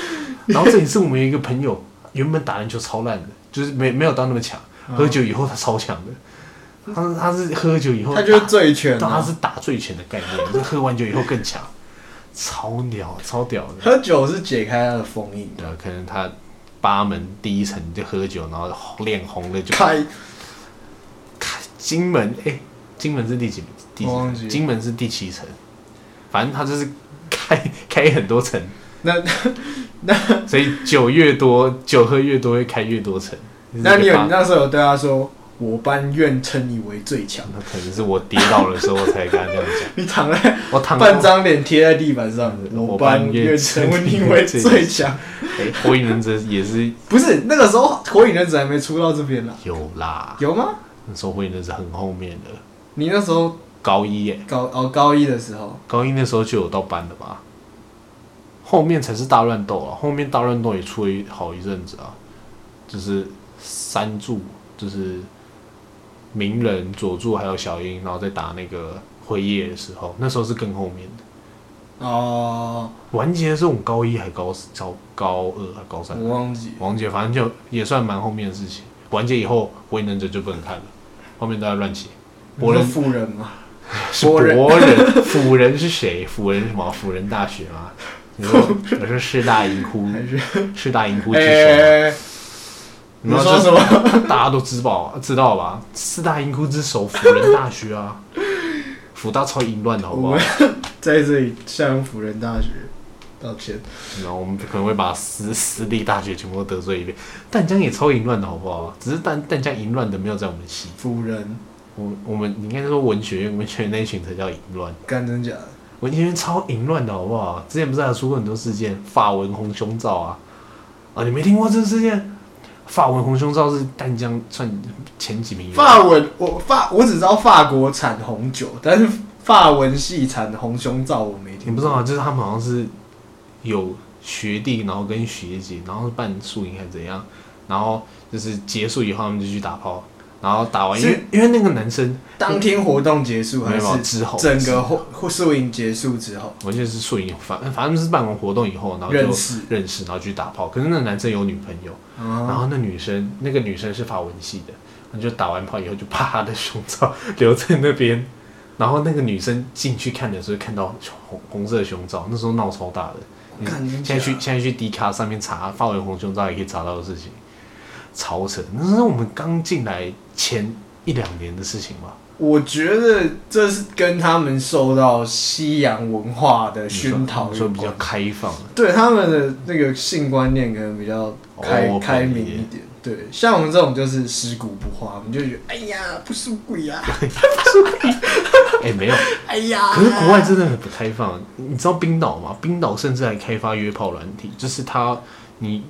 [SPEAKER 1] 然后这也是我们有一个朋友，原本打篮球超烂的，就是没没有到那么强，
[SPEAKER 2] 嗯
[SPEAKER 1] 喝酒以后他超强的，他他是喝酒以后
[SPEAKER 2] 他就是
[SPEAKER 1] 打
[SPEAKER 2] 醉拳、
[SPEAKER 1] 但他
[SPEAKER 2] 啊，
[SPEAKER 1] 是打醉拳的概念，就喝完酒以后更强，超屌超屌的。
[SPEAKER 2] 喝酒是解开他的封印 [laughs] 的，
[SPEAKER 1] 对，可能他八门第一层就喝酒，然后脸红了就
[SPEAKER 2] 开
[SPEAKER 1] 金门，哎、金门是第几？第几
[SPEAKER 2] 我忘
[SPEAKER 1] 层？
[SPEAKER 2] 记
[SPEAKER 1] 金门是第七层，反正他就是开 [laughs] 开很多层，
[SPEAKER 2] 那 [laughs]
[SPEAKER 1] 所以酒越多，酒喝越多会开越多层。
[SPEAKER 2] 那你有
[SPEAKER 1] 这
[SPEAKER 2] 你
[SPEAKER 1] 个吧
[SPEAKER 2] 那时候有对他说，我班愿称你为最 [laughs] 强，
[SPEAKER 1] 那可能是我跌倒的时候我才跟他这样
[SPEAKER 2] [laughs]
[SPEAKER 1] 讲，
[SPEAKER 2] 你躺在
[SPEAKER 1] 我躺
[SPEAKER 2] 半张脸贴在地板上，
[SPEAKER 1] 我
[SPEAKER 2] 我
[SPEAKER 1] 班
[SPEAKER 2] 班
[SPEAKER 1] 愿
[SPEAKER 2] 愿
[SPEAKER 1] 称
[SPEAKER 2] 称
[SPEAKER 1] 你
[SPEAKER 2] 你
[SPEAKER 1] 为
[SPEAKER 2] 为
[SPEAKER 1] 最
[SPEAKER 2] 最强。
[SPEAKER 1] 哎火影忍者也是
[SPEAKER 2] [laughs] 不是那个时候，火影忍者还没出到这边呢，
[SPEAKER 1] 有啦，
[SPEAKER 2] 有吗？
[SPEAKER 1] 那时候火影忍者很后面的，
[SPEAKER 2] 你那时候
[SPEAKER 1] 高一耶、
[SPEAKER 2] 高哦高一的时候，
[SPEAKER 1] 高一那时候就有到班了吧？后面才是大乱斗啊，后面大乱斗也出了一好一阵子啊，就是三柱，就是鸣人、佐助还有小樱，然后再打那个辉夜的时候，那时候是更后面的。
[SPEAKER 2] 哦，
[SPEAKER 1] 完结的时候我们高一还高高高二还高三，
[SPEAKER 2] 我忘记。
[SPEAKER 1] 完结反正就也算蛮后面的事情。完结以后，火影忍者就不能看了，后面都在乱写。博
[SPEAKER 2] 我是
[SPEAKER 1] 人
[SPEAKER 2] 富人嘛，
[SPEAKER 1] 是
[SPEAKER 2] 博人
[SPEAKER 1] 博人，辅仁是谁？辅仁是什么？辅仁大学吗？你说我说师大银
[SPEAKER 2] [laughs]
[SPEAKER 1] 窟，
[SPEAKER 2] 还是
[SPEAKER 1] 师大银窟之首。啊
[SPEAKER 2] 哎，你
[SPEAKER 1] 然后
[SPEAKER 2] 说
[SPEAKER 1] 就
[SPEAKER 2] 什么？
[SPEAKER 1] 大家都知道啊知道吧？四大银窟之首，辅仁大学啊，辅大超淫乱的好不
[SPEAKER 2] 我
[SPEAKER 1] 好
[SPEAKER 2] 们？ [laughs] 在这里向辅仁大学道歉。
[SPEAKER 1] 然后我们可能会把私私立大学全部都得罪一遍。淡江也超淫乱的好不好？只是淡淡江淫乱的没有在我们系，
[SPEAKER 2] 辅仁，
[SPEAKER 1] 我我们你应该说文学院，文学院那一群才叫淫乱。
[SPEAKER 2] 干真假的？
[SPEAKER 1] 文学院超淫乱的好不好？之前不是还有出过很多事件，法文红胸罩啊，啊，你没听过这个事件？法文红胸罩是淡江算前几名有，
[SPEAKER 2] 法文，我法我只知道法国产红酒，但是法文系产红胸罩我没
[SPEAKER 1] 你
[SPEAKER 2] 听
[SPEAKER 1] 不知道啊？就是他们好像是有学弟，然后跟学姐，然后办宿营还是怎样，然后就是结束以后他们就去打炮，然后打完，因为因为那个男生
[SPEAKER 2] 当天活动结束
[SPEAKER 1] 没
[SPEAKER 2] 还
[SPEAKER 1] 有
[SPEAKER 2] 是
[SPEAKER 1] 之后
[SPEAKER 2] 整个后后宿营结束之后
[SPEAKER 1] 我记得是宿营，反反正是办完活动以后，然后就
[SPEAKER 2] 认识，
[SPEAKER 1] 认识，然后去打炮。可是那个男生有女朋友。然
[SPEAKER 2] 啊，
[SPEAKER 1] 后那女生，那个女生是法文系的，那就打完炮以后就把她的胸罩 [laughs] 留在那边，然后那个女生进去看的时候看到红红色的胸罩，那时候闹超大的。你
[SPEAKER 2] 干真
[SPEAKER 1] 现在
[SPEAKER 2] 假
[SPEAKER 1] 去现在去迪卡上面查法文红胸罩也可以查到的事情，超扯！那是我们刚进来前一两年的事情吧？
[SPEAKER 2] 我觉得这是跟他们受到西洋文化的
[SPEAKER 1] 你说
[SPEAKER 2] 熏陶
[SPEAKER 1] 你说
[SPEAKER 2] 有
[SPEAKER 1] 比较
[SPEAKER 2] 关，
[SPEAKER 1] 开放，
[SPEAKER 2] 对他们的那个性观念可能比较开、
[SPEAKER 1] 哦
[SPEAKER 2] 开明
[SPEAKER 1] 不一
[SPEAKER 2] 一
[SPEAKER 1] 样
[SPEAKER 2] 点。对，像我们这种就是尸骨不化，我们就觉得哎呀不输鬼呀，
[SPEAKER 1] 哎、没有，
[SPEAKER 2] 哎呀。
[SPEAKER 1] 可是国外真的很不开放，你知道冰岛吗？冰岛甚至还开发约炮软体，就是它你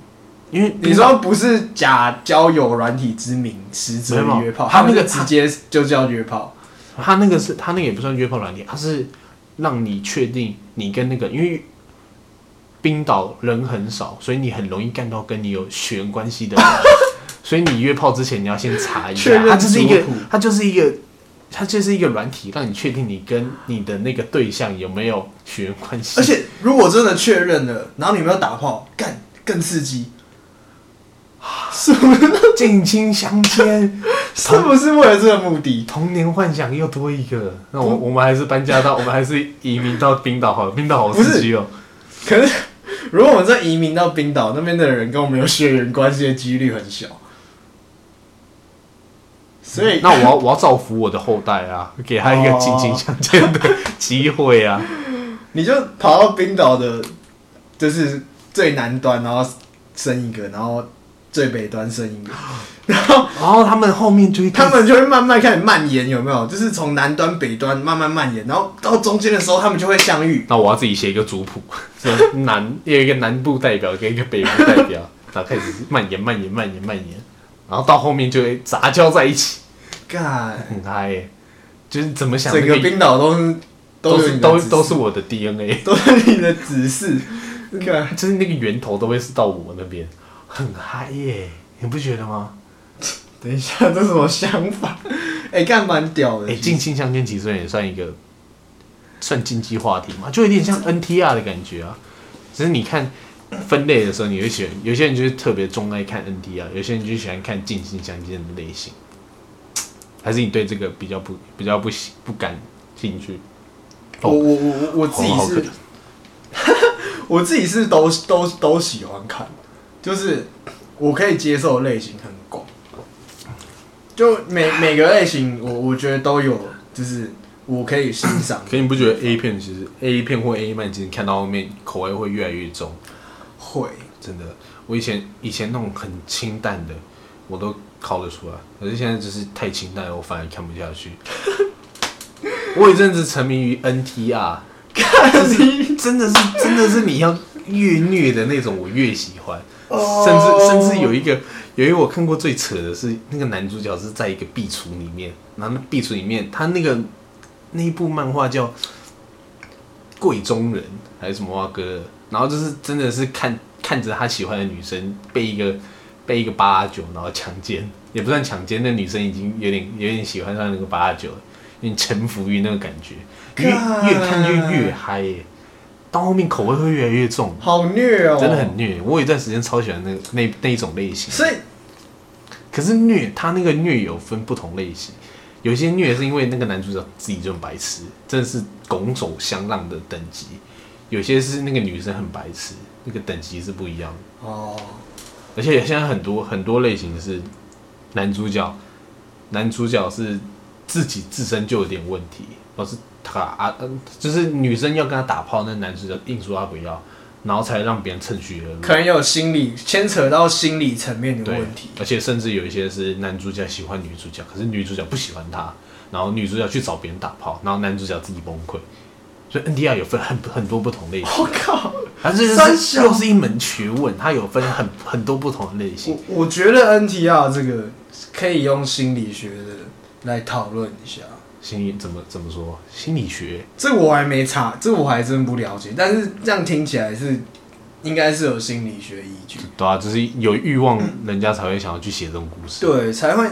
[SPEAKER 1] 因为
[SPEAKER 2] 你
[SPEAKER 1] 冰岛
[SPEAKER 2] 说不是假交友软体之名，实则
[SPEAKER 1] 没有
[SPEAKER 2] 约炮，
[SPEAKER 1] 他
[SPEAKER 2] 他
[SPEAKER 1] 那
[SPEAKER 2] 们
[SPEAKER 1] 个
[SPEAKER 2] 就直接就叫约炮。
[SPEAKER 1] 它那个是它那个也不算约炮软体，它是让你确定你跟那个因为。冰岛人很少，所以你很容易干到跟你有血缘关系的
[SPEAKER 2] [laughs]
[SPEAKER 1] 人，所以你约炮之前你要先查一
[SPEAKER 2] 确
[SPEAKER 1] 下，
[SPEAKER 2] 认
[SPEAKER 1] 它就是一个
[SPEAKER 2] 族谱，
[SPEAKER 1] 它就是一个，它就是一个软体，让你确定你跟你的那个对象有没有血缘关系。
[SPEAKER 2] 而且如果真的确认了，然后你们要打炮，干更刺激，
[SPEAKER 1] 近亲相奸，
[SPEAKER 2] 是不是为了 [laughs] 这个目
[SPEAKER 1] [laughs]
[SPEAKER 2] 的？
[SPEAKER 1] 童年幻想又多一个，那我我们还是搬家到，我们还是移民到冰岛好了，冰岛好刺激哦、
[SPEAKER 2] 可是如果我们这移民到冰岛那边的人跟我们有血缘关系的几率很小，所以
[SPEAKER 1] [laughs] 那我要我要造福我的后代啊，给他一个近亲相见的机会啊！
[SPEAKER 2] 你就跑到冰岛的，就是最南端，然后生一个，然后最北端生一个，然后。
[SPEAKER 1] [laughs] 然后他们后面就会开
[SPEAKER 2] 他
[SPEAKER 1] 始
[SPEAKER 2] 们就会慢慢开始蔓延，有没有？就是从南端、北端慢慢蔓延，然后到中间的时候，他们就会相遇。
[SPEAKER 1] 那我要自己写一个族谱， [laughs] 说南有一个南部代表跟一个北部代表， [laughs] 然后开始蔓延蔓延蔓延蔓延，然后到后面就会杂交在一起， [laughs]
[SPEAKER 2] 干，
[SPEAKER 1] 很嗨、欸，就是怎么想
[SPEAKER 2] 整
[SPEAKER 1] 那
[SPEAKER 2] 个冰岛都是
[SPEAKER 1] 都
[SPEAKER 2] 是
[SPEAKER 1] 是
[SPEAKER 2] 你的
[SPEAKER 1] 都
[SPEAKER 2] 指
[SPEAKER 1] 都是
[SPEAKER 2] 示
[SPEAKER 1] 我的 DNA。 [laughs]
[SPEAKER 2] 都是你的指示。干，
[SPEAKER 1] 就是那个源头都会是到我那边，很嗨耶，你不觉得吗？
[SPEAKER 2] 等一下，这什么想法？哎、干蛮屌的。
[SPEAKER 1] 哎、近亲相奸其实也算一个算禁忌话题嘛，就有点像 NTR 的感觉啊。只是你看分类的时候，你会喜欢，有些人就是特别钟爱看 NTR，有些人就喜欢看近亲相奸的类型。还是你对这个比较不比较不喜不感兴趣？
[SPEAKER 2] 我我我我我自己
[SPEAKER 1] 哦好可
[SPEAKER 2] 是， [laughs] 我自己是都都都喜欢看，就是我可以接受的类型很广，就每每个类型我我觉得都有，就是我可以欣赏
[SPEAKER 1] 可你不觉得 A 片其实 A 片或 A 漫，其实看到后面口味会越来越重？
[SPEAKER 2] 会。
[SPEAKER 1] 真的，我以前以前那种很清淡的，我都烤得出来，可是现在就是太清淡了，我反而看不下去。我有一阵子沉迷于 NTR，就是真的是真的是你要越虐的那种，我越喜欢。甚至甚至有一个有一个我看过最扯的是，那个男主角是在一个壁橱里面，然后那壁橱里面他那个那一部漫画叫《贵中人》还是什么蛙哥，然后就是真的是看看着他喜欢的女生被一个被一个八阿九然后强奸，也不算强奸，那女生已经有点有点喜欢上那个八阿九了，有点臣服于那个感觉，越
[SPEAKER 2] 干
[SPEAKER 1] 越看就越嗨耶，到后面口味会越来越重。
[SPEAKER 2] 好虐哦、
[SPEAKER 1] 真的很虐，我有一段时间超喜欢那那那一种类型。
[SPEAKER 2] 所以
[SPEAKER 1] 可是虐，他那个虐有分不同类型，有些虐是因为那个男主角自己就很白痴，真的是拱手相让的等级；有些是那个女生很白痴，那个等级是不一样的。
[SPEAKER 2] 哦，
[SPEAKER 1] 而且现在很多很多类型是男主角，男主角是自己自身就有点问题，而是他啊，呃就是女生要跟他打炮，那男主角硬说他不要，然后才让别人趁虚而入。
[SPEAKER 2] 可能有心理牵扯到心理层面的
[SPEAKER 1] 对
[SPEAKER 2] 问题，，
[SPEAKER 1] 而且甚至有一些是男主角喜欢女主角，可是女主角不喜欢他，然后女主角去找别人打炮，然后男主角自己崩溃。所以 NDR 有分很很多不同类型，
[SPEAKER 2] 我靠，
[SPEAKER 1] 它这
[SPEAKER 2] 三
[SPEAKER 1] 就
[SPEAKER 2] 小
[SPEAKER 1] 是又是一门学问，它有分很很多不同的类型
[SPEAKER 2] 我。我觉得 NTR 这个可以用心理学的来讨论一下。
[SPEAKER 1] 心理怎么怎么说？心理学
[SPEAKER 2] 这我还没查，这我还真不了解。但是这样听起来是，应该是有心理学依据，
[SPEAKER 1] 对啊，就是有欲望，人家才会想要去写这种故事。
[SPEAKER 2] 对，才会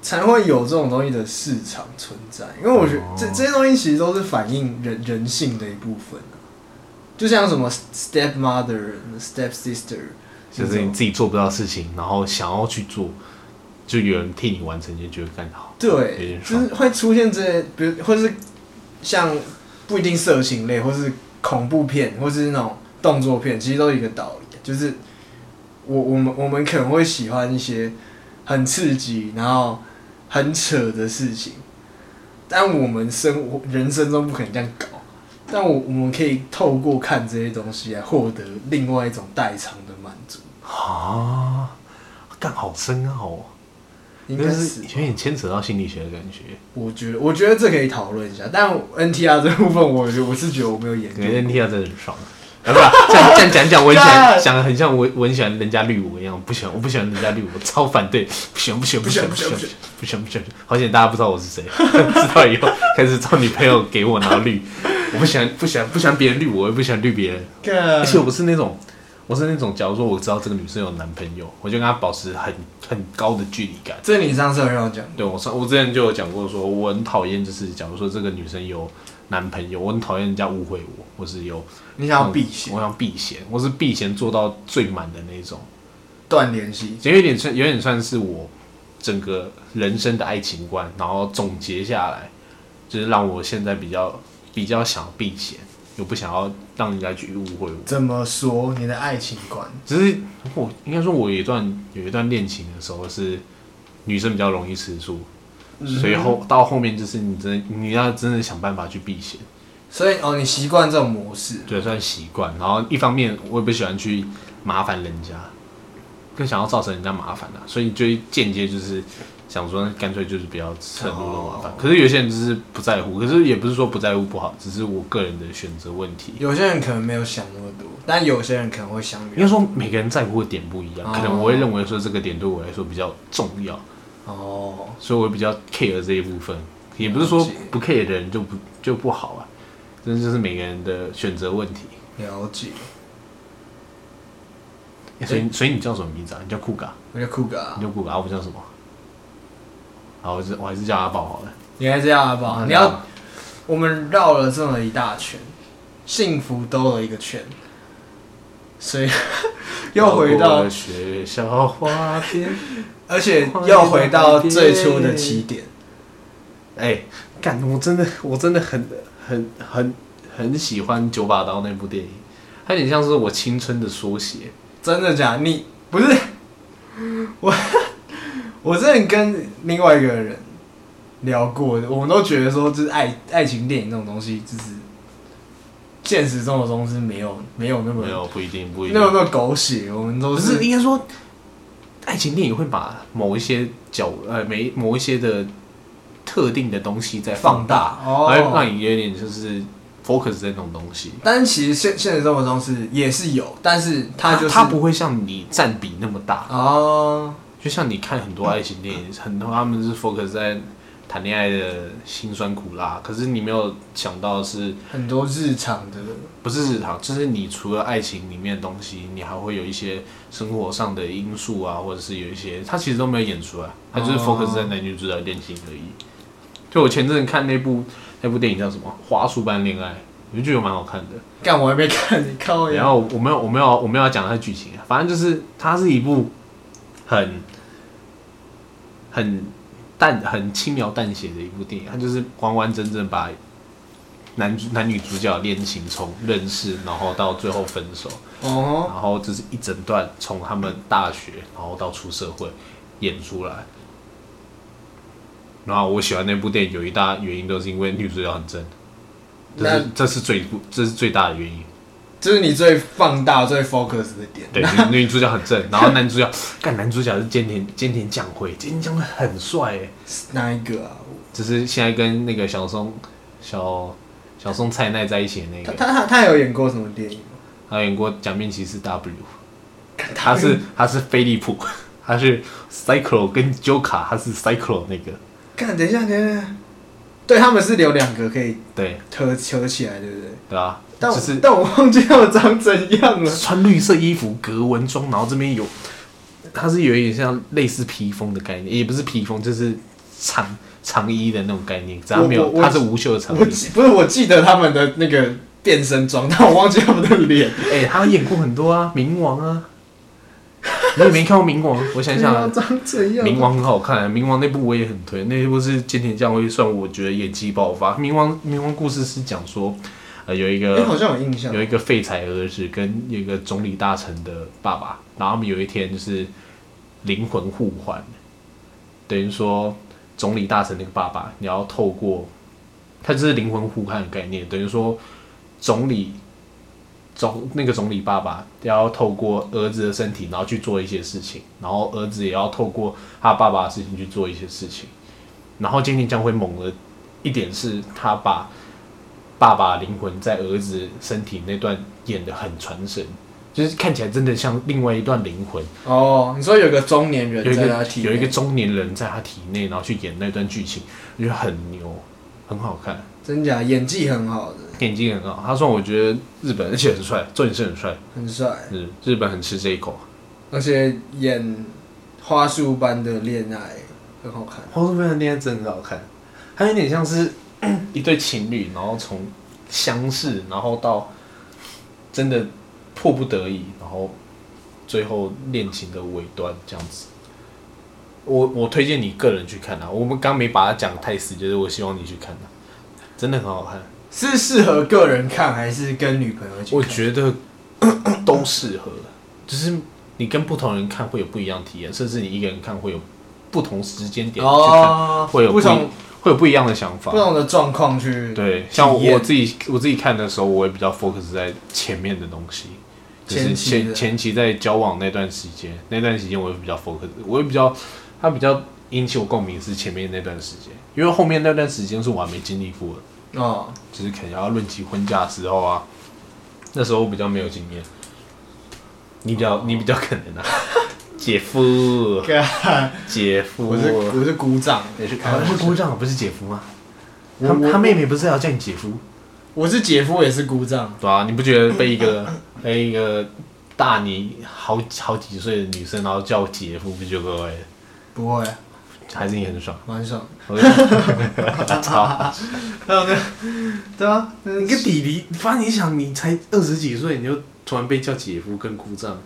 [SPEAKER 2] 才会有这种东西的市场存在。因为我觉得
[SPEAKER 1] 哦
[SPEAKER 2] 这这些东西其实都是反映人人性的一部分、啊、就像什么 step mother、step sister，
[SPEAKER 1] 就是你自己做不到的事情，然后想要去做，就有人替你完成，就觉得干得好。有
[SPEAKER 2] 对
[SPEAKER 1] 点，
[SPEAKER 2] 就
[SPEAKER 1] 爽
[SPEAKER 2] 是会出现这些，比如或是像不一定色情类，或是恐怖片，或是那种动作片，其实都有一个道理，就是我我们我们可能会喜欢一些很刺激，然后很扯的事情，但我们生活人生中不可能这样搞。但我我们可以透过看这些东西来获得另外一种代偿的满足，
[SPEAKER 1] 啊，干好深奥、哦。
[SPEAKER 2] 应
[SPEAKER 1] 就
[SPEAKER 2] 该
[SPEAKER 1] 是
[SPEAKER 2] 是
[SPEAKER 1] 有点牵扯到心理学的感觉。
[SPEAKER 2] 我觉得，我觉得这可以讨论一下，但 NTR 这部分，我觉得我是觉得我没有研
[SPEAKER 1] 对
[SPEAKER 2] 究。
[SPEAKER 1] ，NTR 真的很爽。 [laughs] 啊，不是啊，这样这样讲讲，我很喜欢 [laughs]
[SPEAKER 2] 干
[SPEAKER 1] 想得很像我我很喜欢人家绿我一样，不喜欢我不喜欢人家绿我，超反对，不喜欢不喜欢不
[SPEAKER 2] 不喜
[SPEAKER 1] 喜
[SPEAKER 2] 欢
[SPEAKER 1] 欢不
[SPEAKER 2] 不
[SPEAKER 1] 喜
[SPEAKER 2] 喜
[SPEAKER 1] 欢不喜欢不喜欢，好险大家不知道我是谁， [laughs] 知道以后开始找女朋友给我然后绿，我不喜欢不喜欢不喜欢别人绿我，我也不喜欢绿别人，
[SPEAKER 2] 而
[SPEAKER 1] 而且我是那种我是那种，假如说我知道这个女生有男朋友，我就跟她保持很很高的距离感。
[SPEAKER 2] 这你上次有让我讲，
[SPEAKER 1] 对我上我之前就有讲过说我很讨厌，就是假如说这个女生有男朋友，我很讨厌人家误会我，或是有
[SPEAKER 2] 你想要避嫌
[SPEAKER 1] 我，想避嫌，我是避嫌做到最满的那种，
[SPEAKER 2] 断联系。
[SPEAKER 1] 其实有点算有点算是我整个人生的爱情观，然后总结下来，就是让我现在比较比较想要避嫌，又不想要让人家去误会我。
[SPEAKER 2] 怎么说？你的爱情观？
[SPEAKER 1] 只是我应该说，我有一段有一段恋情的时候是女生比较容易吃醋，所以后到后面就是你真的你要真的想办法去避嫌，
[SPEAKER 2] 所以哦，你习惯这种模式，
[SPEAKER 1] 对，算习惯。然后一方面我也不喜欢去麻烦人家，更想要造成人家麻烦啊，所以就间接就是想说，那干脆就是不要蹭入那种麻烦。可是有些人就是不在乎，可是也不是说不在乎不好，只是我个人的选择问题。
[SPEAKER 2] 有些人可能没有想那么多，但有些人可能会想
[SPEAKER 1] 应该说每个人在乎的点不一样，可能
[SPEAKER 2] 哦
[SPEAKER 1] 我会认为说这个点对我来说比较重要。
[SPEAKER 2] 哦，
[SPEAKER 1] 所以我比较 care 这一部分，也不是
[SPEAKER 2] 了
[SPEAKER 1] 说
[SPEAKER 2] 解
[SPEAKER 1] 不 care 的人就不就不好啊，这就是每个人的选择问题。
[SPEAKER 2] 了解。
[SPEAKER 1] 哎、欸所以所以你叫什么名字啊？你叫酷嘎，
[SPEAKER 2] 我叫酷哥
[SPEAKER 1] 你，叫酷嘎，啊我叫什么？好，我是我还是叫阿宝好了。
[SPEAKER 2] 你还是要好不
[SPEAKER 1] 嗯
[SPEAKER 2] 好？你要，我们绕了这么一大圈，幸福兜了一个圈，所以 [laughs] 又回
[SPEAKER 1] 绕
[SPEAKER 2] 到
[SPEAKER 1] 过，学校花边。
[SPEAKER 2] 而且又回到最初的起点。
[SPEAKER 1] [laughs] 哎，干！我真的，我真的很、很、很、很喜欢《九把刀》那部电影，它有点像是我青春的缩写。
[SPEAKER 2] 真的假的你不是 [laughs] 我， [laughs] 我之前跟另外一个人聊过，我们都觉得说，就是爱爱情电影这种东西，就是现实生活中是没有没有那么
[SPEAKER 1] 没有，不一定，不一
[SPEAKER 2] 那么
[SPEAKER 1] 定。
[SPEAKER 2] 那么狗血，我们都
[SPEAKER 1] 不
[SPEAKER 2] 是
[SPEAKER 1] 是，应该说，爱情电影会把某一些角呃，每某一些的特定的东西再放大，
[SPEAKER 2] 大哦，
[SPEAKER 1] 而让你有点就是 focus 在那种东西。
[SPEAKER 2] 但是其实现现实生活中是也是有，但是它就是
[SPEAKER 1] 它不会像你占比那么大，
[SPEAKER 2] 哦，
[SPEAKER 1] 就像你看很多爱情电影，很多他们是 focus 在谈恋爱的辛酸苦辣，可是你没有想到的是
[SPEAKER 2] 很多日常的
[SPEAKER 1] 不是日常，就是你除了爱情里面的东西，你还会有一些生活上的因素啊，或者是有一些他其实都没有演出来，他就是
[SPEAKER 2] 哦
[SPEAKER 1] focus 在男女主角恋情而已。就我前阵看那部那部电影叫什么《花束般恋爱》，我就觉得蛮好看的。
[SPEAKER 2] 干我还没看，你看我
[SPEAKER 1] 然后我没有我没有我没有要讲它的剧情啊，反正就是它是一部很很淡很轻描淡写的一部电影，它就是完完整整把男主男女主角恋情从认识，然后到最后分手，
[SPEAKER 2] 哦，
[SPEAKER 1] 然后就是一整段从他们大学然后到出社会演出来。然后我喜欢那部电影有一大原因都是因为女主角很正，这
[SPEAKER 2] 那
[SPEAKER 1] 是这是最不这是最大的原因。
[SPEAKER 2] 这是你最放大、最 focus 的点。
[SPEAKER 1] 对，女女主角很正，然后男主角，干男主角是菅田菅田将晖，菅田将晖很帅哎，
[SPEAKER 2] 哪一个啊？
[SPEAKER 1] 就是现在跟那个小松小小松菜奈在一起的那
[SPEAKER 2] 他
[SPEAKER 1] 个，
[SPEAKER 2] 他他他有演过什么电影吗？
[SPEAKER 1] 他演过《假面骑士 W》，他是他是飞利浦，他是 Cyclo 跟 Joker，他是 Cyclo 那个，
[SPEAKER 2] [laughs] 干，等一下，等一下，对他们是留两个可以
[SPEAKER 1] 对
[SPEAKER 2] 合合起来，对不对？
[SPEAKER 1] 对啊，
[SPEAKER 2] 但
[SPEAKER 1] 就
[SPEAKER 2] 我
[SPEAKER 1] 是
[SPEAKER 2] 但我忘记他们长怎
[SPEAKER 1] [laughs]
[SPEAKER 2] 样了。
[SPEAKER 1] 穿绿色衣服格纹装，然后这边有，它是有一点像类似披风的概念，也不是披风，就是长长衣的那种概念，只要没
[SPEAKER 2] 我
[SPEAKER 1] 有
[SPEAKER 2] 我
[SPEAKER 1] 它是无袖的长
[SPEAKER 2] 我
[SPEAKER 1] 衣。
[SPEAKER 2] 记不是我记得他们的那个变身装，但我忘记他们的脸。
[SPEAKER 1] [laughs] 哎、他演过很多啊，冥王
[SPEAKER 2] [laughs]
[SPEAKER 1] 啊，你也没看过冥王？我想想、
[SPEAKER 2] 对啊
[SPEAKER 1] 啊，
[SPEAKER 2] 长怎样？
[SPEAKER 1] 冥王很好看、啊冥王那部我也很推，那部是菅田将晖算我觉得演技爆发。冥王冥王故事是讲说，呃，有一
[SPEAKER 2] 哎、
[SPEAKER 1] 个
[SPEAKER 2] 好像有印象。
[SPEAKER 1] 有一个废柴儿子跟有一个总理大臣的爸爸，然后他们有一天就是灵魂互换，等于说总理大臣那个爸爸，你要透过他就是灵魂互换的概念，等于说总理总那个总理爸爸要透过儿子的身体，然后去做一些事情，然后儿子也要透过他爸爸的事情去做一些事情，然后今天将会猛的一点是他把。爸爸灵魂在儿子身体那段演的很传神，就是看起来真的像另外一段灵魂，
[SPEAKER 2] 哦，你说有个中年人
[SPEAKER 1] 有一
[SPEAKER 2] 在他
[SPEAKER 1] 个
[SPEAKER 2] 体内
[SPEAKER 1] 有一个中年人在他体内，然后去演那段剧情，我觉得很牛，很好看，
[SPEAKER 2] 真假演技很好的，
[SPEAKER 1] 演技很好。他说我觉得日本而且很帅，重点是很帅，
[SPEAKER 2] 很帅，
[SPEAKER 1] 嗯，日本很吃这一口。
[SPEAKER 2] 而且演花束般的恋爱很好
[SPEAKER 1] 《
[SPEAKER 2] 看。
[SPEAKER 1] 花束般的恋爱》真的很好看，它有点像是 [coughs] 一对情侣，然后从相识，然后到真的迫不得已，然后最后恋情的尾端这样子。我我推荐你个人去看啊，我们刚没把它讲太死，就是我希望你去看啊，真的很好看，
[SPEAKER 2] 是适合个人看还是跟女朋友一起看？
[SPEAKER 1] 我觉得 [coughs] 都适合，就是你跟不同人看会有不一样的体验，甚至你一个人看会有不同时间点去看，
[SPEAKER 2] 哦，
[SPEAKER 1] 会有
[SPEAKER 2] 不
[SPEAKER 1] 不
[SPEAKER 2] 同
[SPEAKER 1] 会有不一样的想法。
[SPEAKER 2] 不同的状况去
[SPEAKER 1] 对，像
[SPEAKER 2] 体验
[SPEAKER 1] 我自己我自己看的时候，我也比较 focus 在前面的东西，就是
[SPEAKER 2] 前期
[SPEAKER 1] 前
[SPEAKER 2] 的
[SPEAKER 1] 前期在交往那段时间，那段时间我会比较 focus，我会比较它比较引起我共鸣是前面那段时间，因为后面那段时间是我还没经历过的，
[SPEAKER 2] 哦，
[SPEAKER 1] 就是可能要论及婚嫁的时候啊，那时候我比较没有经验，你比
[SPEAKER 2] 哦
[SPEAKER 1] 较你比较可
[SPEAKER 2] [laughs]
[SPEAKER 1] 能啊，姐夫姐夫，
[SPEAKER 2] 我是我是鼓掌，
[SPEAKER 1] 也是
[SPEAKER 2] 开玩 [laughs] 笑
[SPEAKER 1] 姑丈不是姐夫吗？
[SPEAKER 2] 我
[SPEAKER 1] 他
[SPEAKER 2] 我
[SPEAKER 1] 他妹妹不是要叫你姐夫？
[SPEAKER 2] 我是姐夫也是鼓掌，
[SPEAKER 1] [coughs] 对啊，你不觉得被一个被一个大你好好几岁的女生，然后叫我姐夫，不就各位，
[SPEAKER 2] 不会，
[SPEAKER 1] 还是你很 [laughs] 爽？
[SPEAKER 2] 蛮爽。
[SPEAKER 1] 我就操！
[SPEAKER 2] 还有那，对啊，那
[SPEAKER 1] 你个弟弟，反正你想，你才二十几岁，你就突然被叫姐夫，更故障，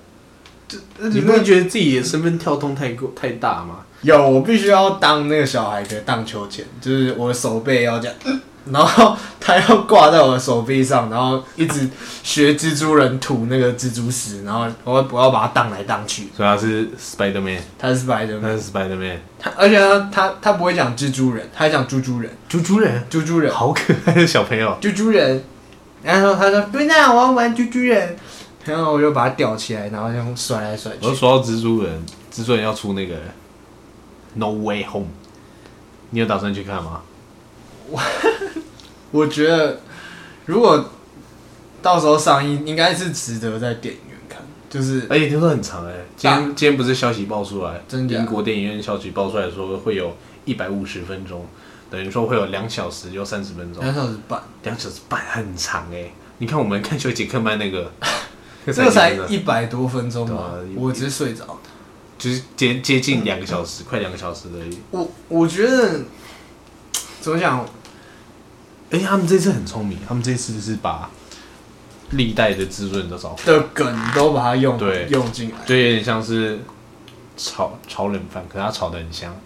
[SPEAKER 2] 那
[SPEAKER 1] 你
[SPEAKER 2] 你
[SPEAKER 1] 不会
[SPEAKER 2] 们
[SPEAKER 1] 觉得自己的身份跳动太过太大吗？
[SPEAKER 2] 有我必须要当那个小孩的荡秋千，就是我的手背要这样， [laughs] 嗯然后他要挂在我的手臂上，然后一直学蜘蛛人吐那个蜘蛛丝，然后我我要把它荡来荡去。
[SPEAKER 1] 所以他是 Spider Man，
[SPEAKER 2] 他是 Spider
[SPEAKER 1] 他
[SPEAKER 2] Man，
[SPEAKER 1] 是 Spider Man，
[SPEAKER 2] 他而且他他他不会讲蜘蛛人，他讲猪猪人，
[SPEAKER 1] 猪猪人，
[SPEAKER 2] 猪猪人。
[SPEAKER 1] 好可爱的小朋友。
[SPEAKER 2] 猪猪人，然后他说不那我要玩猪猪人，然后我就把它吊起来，然后这样甩来甩
[SPEAKER 1] 我
[SPEAKER 2] 去。
[SPEAKER 1] 说到蜘蛛人，蜘蛛人要出那个 No Way Home，你有打算去看吗？
[SPEAKER 2] 我觉得如果到时候上映，应该是值得在电影院看，就是
[SPEAKER 1] 而且听说很长哎、今天今天不是消息爆出来，
[SPEAKER 2] 真假
[SPEAKER 1] 英国电影院消息爆出来说会有一百五十分钟，等于说会有两小时又三十分钟，
[SPEAKER 2] 两小时半，
[SPEAKER 1] 两小时半很长哎、你看我们看休杰克曼那
[SPEAKER 2] [laughs]
[SPEAKER 1] 个，那
[SPEAKER 2] 这个才
[SPEAKER 1] 几分钟
[SPEAKER 2] 一百多分钟嘛
[SPEAKER 1] 对啊，
[SPEAKER 2] 我直接睡着。
[SPEAKER 1] 就是接接
[SPEAKER 2] 嗯
[SPEAKER 1] 近两个小时，快两个小时而已。
[SPEAKER 2] 我我觉得怎么讲，
[SPEAKER 1] 而且他们这次很聪明，他们这次是把历代的蜘蛛人都找回来，
[SPEAKER 2] 的梗都把它用
[SPEAKER 1] 对
[SPEAKER 2] 用进来，
[SPEAKER 1] 就有点像是炒炒冷饭，可是他炒的很香，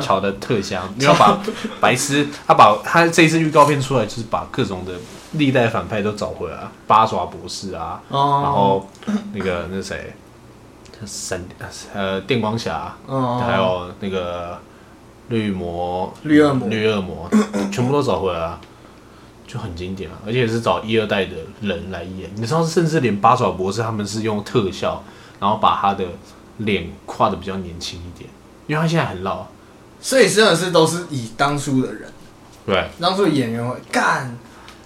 [SPEAKER 1] 炒的特香。因为他把白痴，他把他这一次预告片出来，就是把各种的历代反派都找回来啊，八爪博士啊，然
[SPEAKER 2] 哦，
[SPEAKER 1] 后那个那谁，闪呃电光侠啊、
[SPEAKER 2] 哦，
[SPEAKER 1] 还有那个绿魔、
[SPEAKER 2] 绿恶魔
[SPEAKER 1] 绿恶魔，全部都找回来啊，就很经典啊，而且是找一二代的人来演。你知道，甚至连八爪博士他们是用特效，然后把他的脸画的比较年轻一点，因为他现在很老啊。
[SPEAKER 2] 所以真的是都是以当初的人，
[SPEAKER 1] 对，
[SPEAKER 2] 当初的演员会干。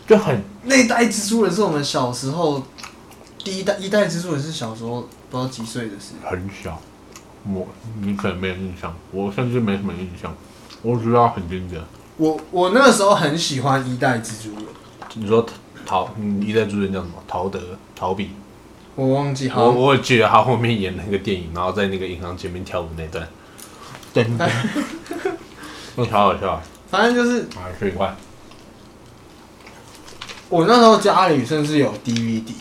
[SPEAKER 1] 就很
[SPEAKER 2] 那一代蜘蛛人是我们小时候第一代，一代蜘蛛人是小时候不知道几岁的事。
[SPEAKER 1] 很小，我你可能没有印象，我甚至没什么印象，我只知道很经典。
[SPEAKER 2] 我我那个时候很喜欢一代蜘蛛人，
[SPEAKER 1] 你说陶，你一代主人叫什么？陶德、陶比。
[SPEAKER 2] 我忘记
[SPEAKER 1] 我
[SPEAKER 2] 好，
[SPEAKER 1] 我也记得他后面演那个电影，然后在那个银行前面跳舞那段，对，那超 [laughs] 好笑，
[SPEAKER 2] 反正就是
[SPEAKER 1] 啊，吃一块，
[SPEAKER 2] 我那时候家里甚至有 DVD，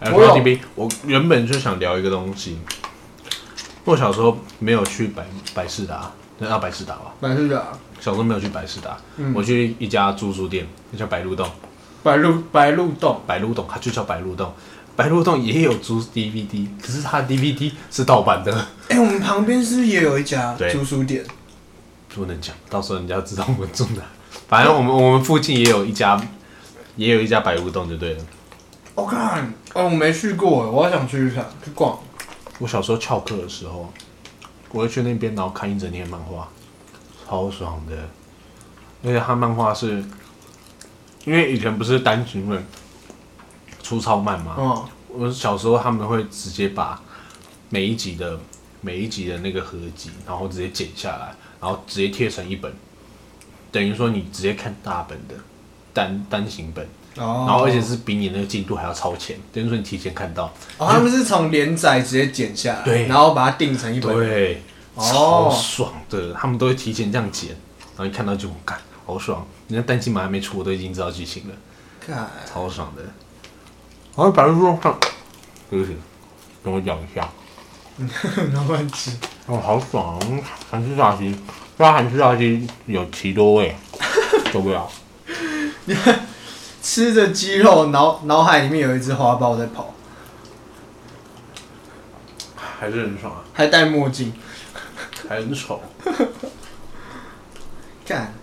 [SPEAKER 1] 哎，
[SPEAKER 2] 我有
[SPEAKER 1] 说 T B，我原本就想聊一个东西，我小时候没有去百百事达，那叫百事达吧，
[SPEAKER 2] 百事达、
[SPEAKER 1] 小时候没有去百事达，
[SPEAKER 2] 嗯
[SPEAKER 1] 我去一家住宿店，那叫白鹿洞，
[SPEAKER 2] 白鹿白鹿洞，
[SPEAKER 1] 白鹿洞，它就叫白鹿洞，白鹿洞也有租 DVD，可是它 DVD 是盗版的，
[SPEAKER 2] 哎、我们旁边是不是也有一家
[SPEAKER 1] 对
[SPEAKER 2] 租书店？
[SPEAKER 1] 不能讲，到时候人家知道我们住哪。反正我们我们附近也有一家，也有一家百屋洞就对了。
[SPEAKER 2] 我看，哦，我没去过，我好想去去看，去逛。
[SPEAKER 1] 我小时候翘课的时候，我会去那边，然后看一整天的漫画，超爽的。而且他漫画是，因为以前不是单行本出超漫嘛，
[SPEAKER 2] 嗯，
[SPEAKER 1] 我小时候他们会直接把每一集的每一集的那个合集，然后直接剪下来，然后直接贴成一本，等于说你直接看大本的单单行本，
[SPEAKER 2] 哦
[SPEAKER 1] 然后而且是比你那个进度还要超前，等于说你提前看到，
[SPEAKER 2] 哦，他们是从连载直接剪下来，
[SPEAKER 1] 对
[SPEAKER 2] 然后把它定成一本，
[SPEAKER 1] 对，
[SPEAKER 2] 哦
[SPEAKER 1] 超爽的，他们都会提前这样剪，然后你看到就干，好爽，人家单行本还没出，我都已经知道剧情了，
[SPEAKER 2] [laughs] 看，
[SPEAKER 1] 超爽的。然后百分之多少？对不起，等我讲一下。
[SPEAKER 2] 然后吃。
[SPEAKER 1] 哦，好爽、啊！韩式炸鸡，那韩式炸鸡有奇多味， [laughs] 受不了。
[SPEAKER 2] 吃着鸡肉，脑脑海里面有一只花豹在跑，
[SPEAKER 1] 还是很爽啊，
[SPEAKER 2] 还戴墨镜，
[SPEAKER 1] 还很丑。
[SPEAKER 2] 干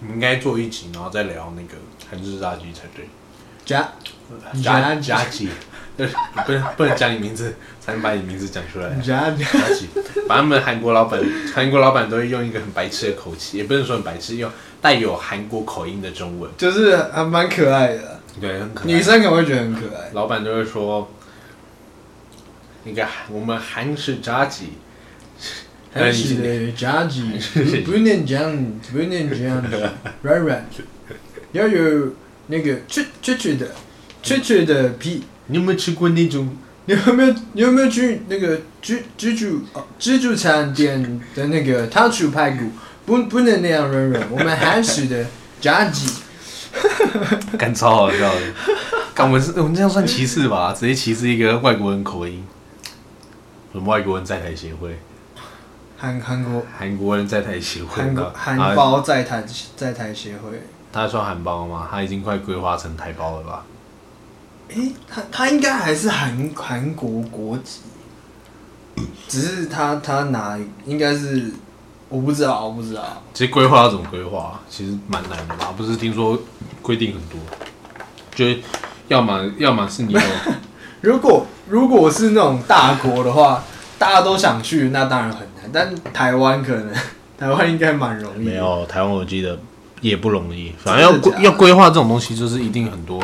[SPEAKER 1] 我们应该做一集，然后再聊那个韩式炸鸡才对。
[SPEAKER 2] 夹
[SPEAKER 1] 炸
[SPEAKER 2] 炸鸡
[SPEAKER 1] 炸鸡，对，不能不能讲你名字，才能把你名字讲出来。啊
[SPEAKER 2] 夹夹，
[SPEAKER 1] 炸鸡，把他们韩国老板，韩国老板都会用一个很白痴的口气，也不是说很白痴，用带有韩国口音的中文，
[SPEAKER 2] 就是还蛮可爱的，
[SPEAKER 1] 对，很可爱。
[SPEAKER 2] 女生可能会觉得很可爱。
[SPEAKER 1] 老板都会说，那个我们韩式炸鸡，
[SPEAKER 2] 韩式的炸鸡，不能这样，不能这样，软软，要有那个脆脆脆的，脆脆的皮。
[SPEAKER 1] 你有没有吃过那种？
[SPEAKER 2] 你有没有你有没有去那个居居住哦居住餐店的那个糖醋排骨？不不能那样软软，我们韩式的炸鸡。
[SPEAKER 1] 干超好笑的。 [laughs] 干我们是我们这样算歧视吧？直接歧视一个外国人口音。我们外国人在台协会，
[SPEAKER 2] 韩韩国
[SPEAKER 1] 韩国人在台协会
[SPEAKER 2] 韩
[SPEAKER 1] 的
[SPEAKER 2] 国韩
[SPEAKER 1] 啊
[SPEAKER 2] 包在台在台协会，
[SPEAKER 1] 他算韩包吗？他已经快规划成台包了吧？
[SPEAKER 2] 诶、他他应该还是韩韩国国籍，只是他他拿应该是我不知道我不知道，
[SPEAKER 1] 其实规划要怎么规划，啊其实蛮难的吧？不是听说规定很多，就是要么要么是你有，
[SPEAKER 2] 如果如果是那种大国的话，大家都想去，那当然很难，但台湾可能 [laughs] 台湾应该蛮容易，
[SPEAKER 1] 没有台湾我记得也不容易，反正要
[SPEAKER 2] 真的假
[SPEAKER 1] 规
[SPEAKER 2] 的
[SPEAKER 1] 要规划这种东西，就是一定很多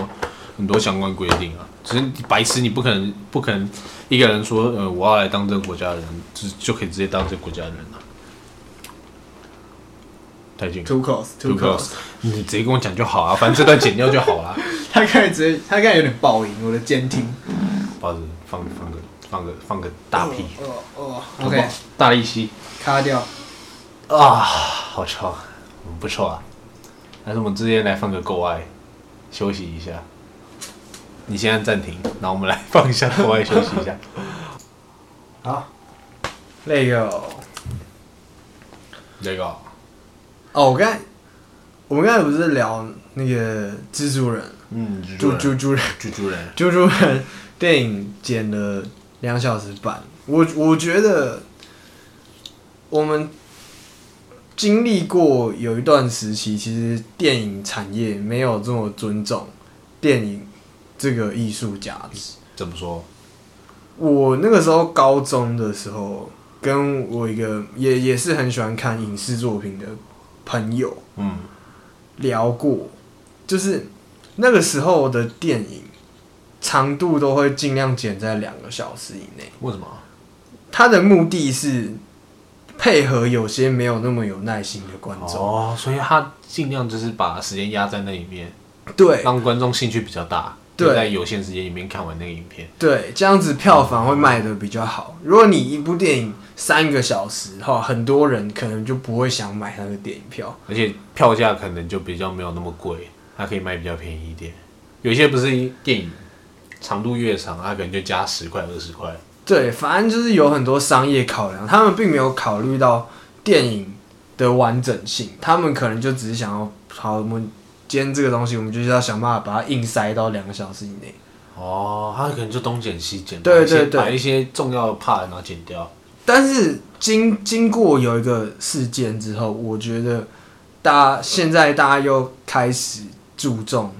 [SPEAKER 1] 很多相关规定啊。只是你白痴，你不可能不可能一个人说，呃，我要来当这个国家的人，就就可以直接当这个国家的人了、太近了
[SPEAKER 2] too close too
[SPEAKER 1] Too close
[SPEAKER 2] close，
[SPEAKER 1] 你直接跟我讲就好啊，反正这段剪掉就好啦。 [laughs]
[SPEAKER 2] 他刚才直接他刚才有点爆音，我的监听，
[SPEAKER 1] 包子放放个放个放个大屁。
[SPEAKER 2] 哦哦哦
[SPEAKER 1] 好不好
[SPEAKER 2] ，OK，
[SPEAKER 1] 大力吸
[SPEAKER 2] 卡掉，
[SPEAKER 1] 啊，好臭，嗯不臭啊。但是我们直接来放个够爱，休息一下。你先按暂停，然后我们来放一下够爱，休息 [laughs] 一下。
[SPEAKER 2] 好，Lego。
[SPEAKER 1] 哦这个
[SPEAKER 2] 哦，我刚才我们刚才不是聊那个蜘蛛人，
[SPEAKER 1] 嗯，
[SPEAKER 2] 猪猪猪 [laughs] 人，
[SPEAKER 1] 猪猪人，
[SPEAKER 2] 猪猪人电影剪了两小时半，我我觉得我们经历过有一段时期，其实电影产业没有这么尊重电影这个艺术价值。
[SPEAKER 1] 怎么说？
[SPEAKER 2] 我那个时候高中的时候，跟我一个也也是很喜欢看影视作品的朋友，
[SPEAKER 1] 嗯，
[SPEAKER 2] 聊过，就是那个时候的电影长度都会尽量减在两个小时以内。
[SPEAKER 1] 为什么？
[SPEAKER 2] 它的目的是配合有些没有那么有耐心的观众，
[SPEAKER 1] 哦，所以他尽量就是把时间压在那里面，
[SPEAKER 2] 对
[SPEAKER 1] 让观众兴趣比较大，
[SPEAKER 2] 对
[SPEAKER 1] 就在有限时间里面看完那个影片。
[SPEAKER 2] 对，这样子票房会卖的比较好。如果你一部电影三个小时哈，很多人可能就不会想买那个电影票。
[SPEAKER 1] 而且票价可能就比较没有那么贵，它可以卖比较便宜一点。有些不是电影长度越长，它可能就加十块二十块。
[SPEAKER 2] 对，反正就是有很多商业考量，他们并没有考虑到电影的完整性，他们可能就只是想要，好，我们今天这个东西，我们就是要想办法把它硬塞到两个小时以内。
[SPEAKER 1] 哦，它可能就东剪西剪，
[SPEAKER 2] 对
[SPEAKER 1] 把一些
[SPEAKER 2] 对对
[SPEAKER 1] 把一些重要的 part 然后剪掉。
[SPEAKER 2] 但是经经过有一个事件之后，我觉得大家现在大家又开始注重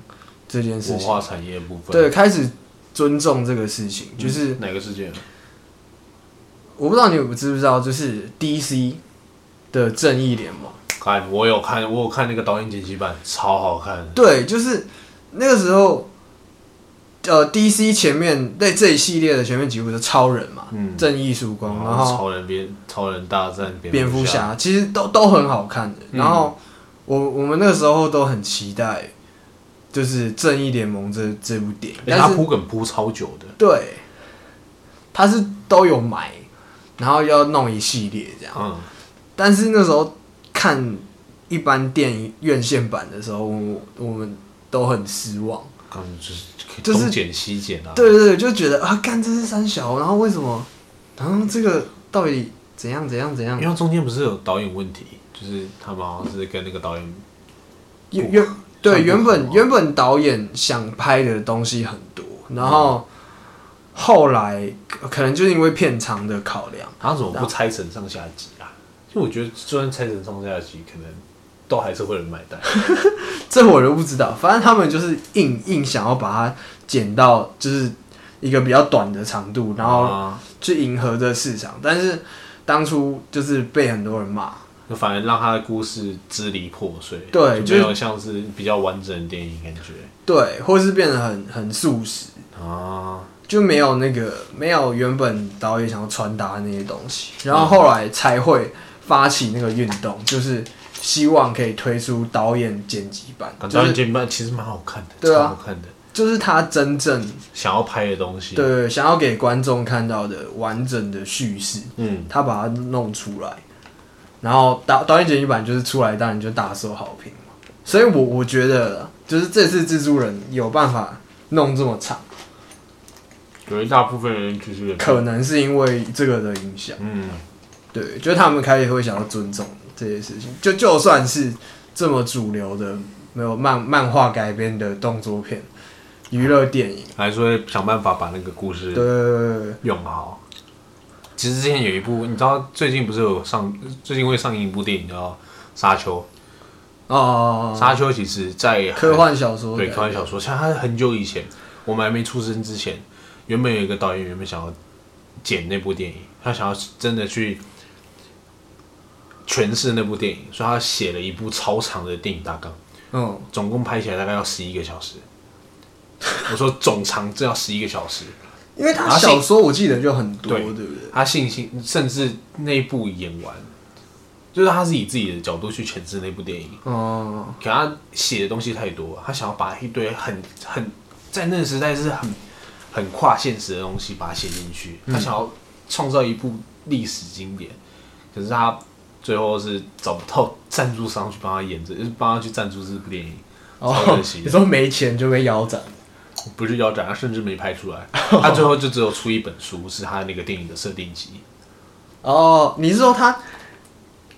[SPEAKER 2] 这件事
[SPEAKER 1] 文
[SPEAKER 2] 情，
[SPEAKER 1] 化产业部分，
[SPEAKER 2] 对，开始尊重这个事情，
[SPEAKER 1] 嗯，
[SPEAKER 2] 就是
[SPEAKER 1] 哪个事件？
[SPEAKER 2] 我不知道你有知不知道，就是 DC 的正义联盟。
[SPEAKER 1] 看我有看，我有看那个导演剪辑版，超好看。
[SPEAKER 2] 对，就是那个时候，呃，DC 前面在这一系列的前面几部的超人嘛，
[SPEAKER 1] 嗯
[SPEAKER 2] 正义曙光，然后
[SPEAKER 1] 超人蝙超人大战
[SPEAKER 2] 蝙蝠
[SPEAKER 1] 蝠，
[SPEAKER 2] 侠，其实都都很好看的。
[SPEAKER 1] 嗯
[SPEAKER 2] 然后我我们那个时候都很期待，就是正义联盟这这部电影，
[SPEAKER 1] 哎，他
[SPEAKER 2] 但是
[SPEAKER 1] 铺梗铺超久的，
[SPEAKER 2] 对，他是都有买，然后要弄一系列这样。
[SPEAKER 1] 嗯，
[SPEAKER 2] 但是那时候看一般电影院线版的时候，我我们都很失望。
[SPEAKER 1] 刚就是
[SPEAKER 2] 就是
[SPEAKER 1] 东剪西剪啊，
[SPEAKER 2] 对对对，就觉得啊，干这是三小，然后为什么，然后这个到底怎样怎样怎样
[SPEAKER 1] 因为，它中间不是有导演问题，就是他们好像是跟那个导演，
[SPEAKER 2] 原原对
[SPEAKER 1] 算不
[SPEAKER 2] 原
[SPEAKER 1] 合
[SPEAKER 2] 本
[SPEAKER 1] 啊
[SPEAKER 2] 原本导演想拍的东西很多，然后后来可能就是因为片长的考量，
[SPEAKER 1] 他怎么不拆成上下集啊？就我觉得，就算拆成上下集，可能都还是会有人买单。
[SPEAKER 2] 这我就不知道，反正他们就是硬硬想要把它剪到就是一个比较短的长度，然后
[SPEAKER 1] 啊，
[SPEAKER 2] 去迎合这市场，但是当初就是被很多人骂，
[SPEAKER 1] 那反而让他的故事支离破碎，
[SPEAKER 2] 对
[SPEAKER 1] 就没有像是比较完整的电影感觉
[SPEAKER 2] 对，或是变得很很速食。
[SPEAKER 1] 啊。
[SPEAKER 2] 就没有那个没有原本导演想要传达的那些东西，然后后来才会发起那个运动，就是希望可以推出导演剪辑版，
[SPEAKER 1] 感
[SPEAKER 2] 就
[SPEAKER 1] 觉
[SPEAKER 2] 是
[SPEAKER 1] 这版其实蛮好看的，
[SPEAKER 2] 对啊
[SPEAKER 1] 超好看的。
[SPEAKER 2] 就是他真正
[SPEAKER 1] 想要拍的东西。
[SPEAKER 2] 对想要给观众看到的完整的叙事，
[SPEAKER 1] 嗯，
[SPEAKER 2] 他把它弄出来，然后导导演剪辑版就是出来，当然就大受好评嘛。所以我我觉得啦就是这次蜘蛛人有办法弄这么长，
[SPEAKER 1] 有一大部分人就是
[SPEAKER 2] 可能是因为这个的影响。
[SPEAKER 1] 嗯，
[SPEAKER 2] 对，就是他们开始会想要尊重这些事情，就就算是这么主流的没有漫漫画改编的动作片、娱乐电影，
[SPEAKER 1] 还是会想办法把那个故
[SPEAKER 2] 对
[SPEAKER 1] 事
[SPEAKER 2] 对对对
[SPEAKER 1] 用好。其实之前有一部，你知道最近不是有上，最近会上映一部电影叫《沙丘》。
[SPEAKER 2] 哦，
[SPEAKER 1] 沙丘其实在
[SPEAKER 2] 科幻小说
[SPEAKER 1] 对科幻
[SPEAKER 2] 说，
[SPEAKER 1] 小说，像它很久以前，我们还没出生之前，原本有一个导演原本想要剪那部电影，他想要真的去诠释那部电影，所以他写了一部超长的电影大纲，
[SPEAKER 2] 嗯，
[SPEAKER 1] 总共拍起来大概要十一个小时。我说总长这要十一个小时，
[SPEAKER 2] 因为他小说我记得就很多，对
[SPEAKER 1] 对
[SPEAKER 2] 不对？
[SPEAKER 1] 他信心甚至那部演完，就是他是以自己的角度去诠释那部电影。
[SPEAKER 2] 哦，
[SPEAKER 1] 可他写的东西太多了，他想要把一堆很很在那个时代是很很跨现实的东西把它写进去，他想要创造一部历史经典，可是他最后是找不到赞助商去帮他演这，就是帮他去赞助这部电影，超
[SPEAKER 2] 哦
[SPEAKER 1] 可，惜
[SPEAKER 2] 你说没钱就被腰斩，
[SPEAKER 1] [laughs] 不是腰斩，他甚至没拍出来，他最后就只有出一本书，是他那个电影的设定集，
[SPEAKER 2] 哦，你是说他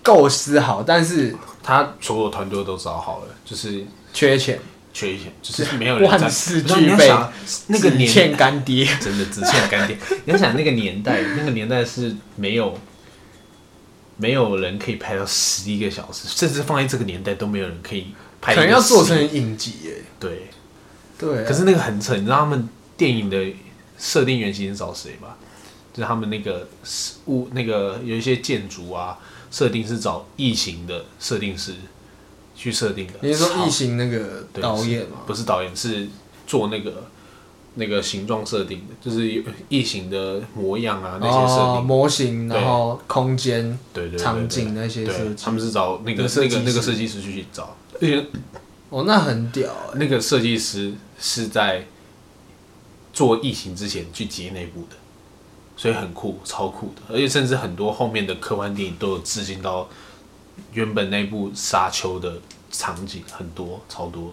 [SPEAKER 2] 构思好，但是
[SPEAKER 1] 他所有团队都找好了，就是
[SPEAKER 2] 缺钱，
[SPEAKER 1] 缺一些，就是没有人在
[SPEAKER 2] 万事
[SPEAKER 1] 不是你要
[SPEAKER 2] 俱备
[SPEAKER 1] 想啊那个
[SPEAKER 2] 只
[SPEAKER 1] 年
[SPEAKER 2] 欠干爹，
[SPEAKER 1] 真的只欠干爹。你要想那个年代，那个年代是没有没有人可以拍到十一个小时，甚至放在这个年代都没有人可以拍。
[SPEAKER 2] 可能要做成影集耶。
[SPEAKER 1] 对，
[SPEAKER 2] 对啊，
[SPEAKER 1] 可是那个很扯，你知道他们电影的设定原型是找谁吗？就是他们那个物那个有一些建筑啊，设定是找异形的设定师去设定的。
[SPEAKER 2] 你是说
[SPEAKER 1] 超
[SPEAKER 2] 异形那个
[SPEAKER 1] 对
[SPEAKER 2] 导演
[SPEAKER 1] 是
[SPEAKER 2] 吗？
[SPEAKER 1] 不是导演，是做那个那个形状设定的，就是有异形的模样啊那些设
[SPEAKER 2] 哦，
[SPEAKER 1] 定。
[SPEAKER 2] 模型，
[SPEAKER 1] 对
[SPEAKER 2] 然后空间、
[SPEAKER 1] 对对对对
[SPEAKER 2] 场景那些
[SPEAKER 1] 对
[SPEAKER 2] 设计
[SPEAKER 1] 他，们是找那个
[SPEAKER 2] 那设
[SPEAKER 1] 那
[SPEAKER 2] 计
[SPEAKER 1] 个
[SPEAKER 2] 师
[SPEAKER 1] 那个设计师去找，而且
[SPEAKER 2] 哦，那很屌哎。
[SPEAKER 1] 那个设计师是在做异形之前去接那部的，所以很酷，超酷的。而且甚至很多后面的科幻电影都有致敬到原本那部《沙丘》的场景，很多超多的。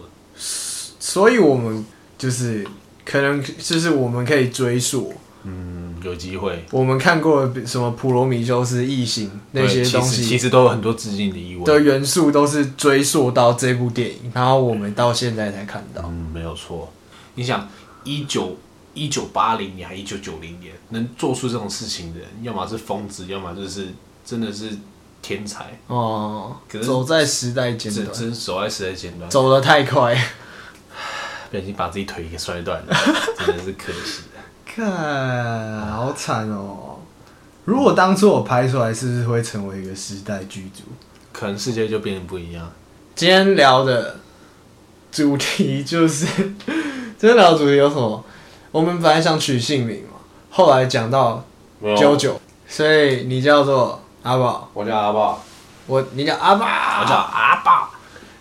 [SPEAKER 2] 所以我们就是可能就是我们可以追溯
[SPEAKER 1] 嗯，有机会。
[SPEAKER 2] 我们看过的什么普罗米修斯、异形那些
[SPEAKER 1] 对其
[SPEAKER 2] 东
[SPEAKER 1] 实其
[SPEAKER 2] 西
[SPEAKER 1] 实都有很多致敬的意味。
[SPEAKER 2] 的元素，都是追溯到这部电影，然后我们到现在才看到。
[SPEAKER 1] 嗯，没有错。你想，一九一九八零年还一九九零年，能做出这种事情的人，要么是疯子，要么就是真的是天才，
[SPEAKER 2] 哦，
[SPEAKER 1] 可是
[SPEAKER 2] 走在时代尖
[SPEAKER 1] 真
[SPEAKER 2] 端，
[SPEAKER 1] 真走在时代尖端，
[SPEAKER 2] 走得太快。
[SPEAKER 1] 不小心把自己腿给摔断
[SPEAKER 2] [laughs]
[SPEAKER 1] 了，真的是可惜。
[SPEAKER 2] 看，好惨哦！如果当初我拍出来，是不是会成为一个时代巨著？
[SPEAKER 1] 可能世界就变得不一样。
[SPEAKER 2] 今天聊的主题就是， [laughs] 今天聊的主题有什么？我们本来想取姓名嘛，后来讲到
[SPEAKER 1] 哦
[SPEAKER 2] 九九，所以你叫做阿宝，
[SPEAKER 1] 我叫阿豹，
[SPEAKER 2] 我你叫阿宝，
[SPEAKER 1] 啊我 [laughs] 叫阿豹，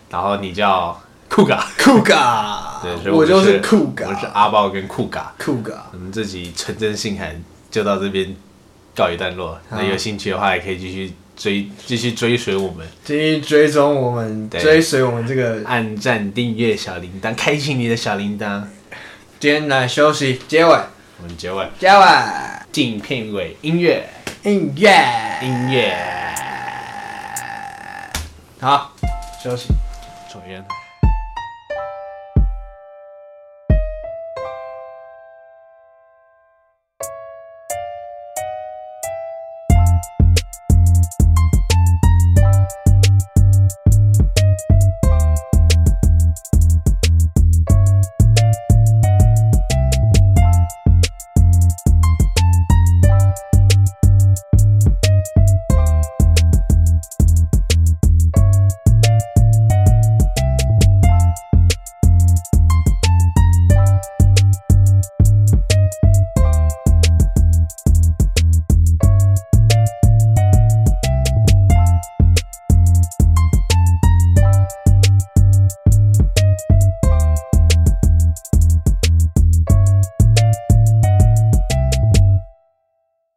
[SPEAKER 1] 然后你叫酷嘎，
[SPEAKER 2] 酷嘎
[SPEAKER 1] 对，，所以
[SPEAKER 2] 我就
[SPEAKER 1] 们
[SPEAKER 2] 是酷
[SPEAKER 1] 我是
[SPEAKER 2] 嘎，
[SPEAKER 1] 阿豹跟酷嘎。
[SPEAKER 2] 酷嘎，
[SPEAKER 1] 我们这集纯真信函就到这边告一段落。那有兴趣的话，也可以继续追，继续追随我们，
[SPEAKER 2] 继续追踪我们，
[SPEAKER 1] 对
[SPEAKER 2] 追随我们这个。
[SPEAKER 1] 按赞、订阅小铃铛，开启你的小铃铛。
[SPEAKER 2] 今天来休息，结尾，
[SPEAKER 1] 我们结尾
[SPEAKER 2] 结尾，
[SPEAKER 1] 进片尾音乐，
[SPEAKER 2] 音乐，
[SPEAKER 1] 音乐，
[SPEAKER 2] 好，休息。
[SPEAKER 1] 抽烟。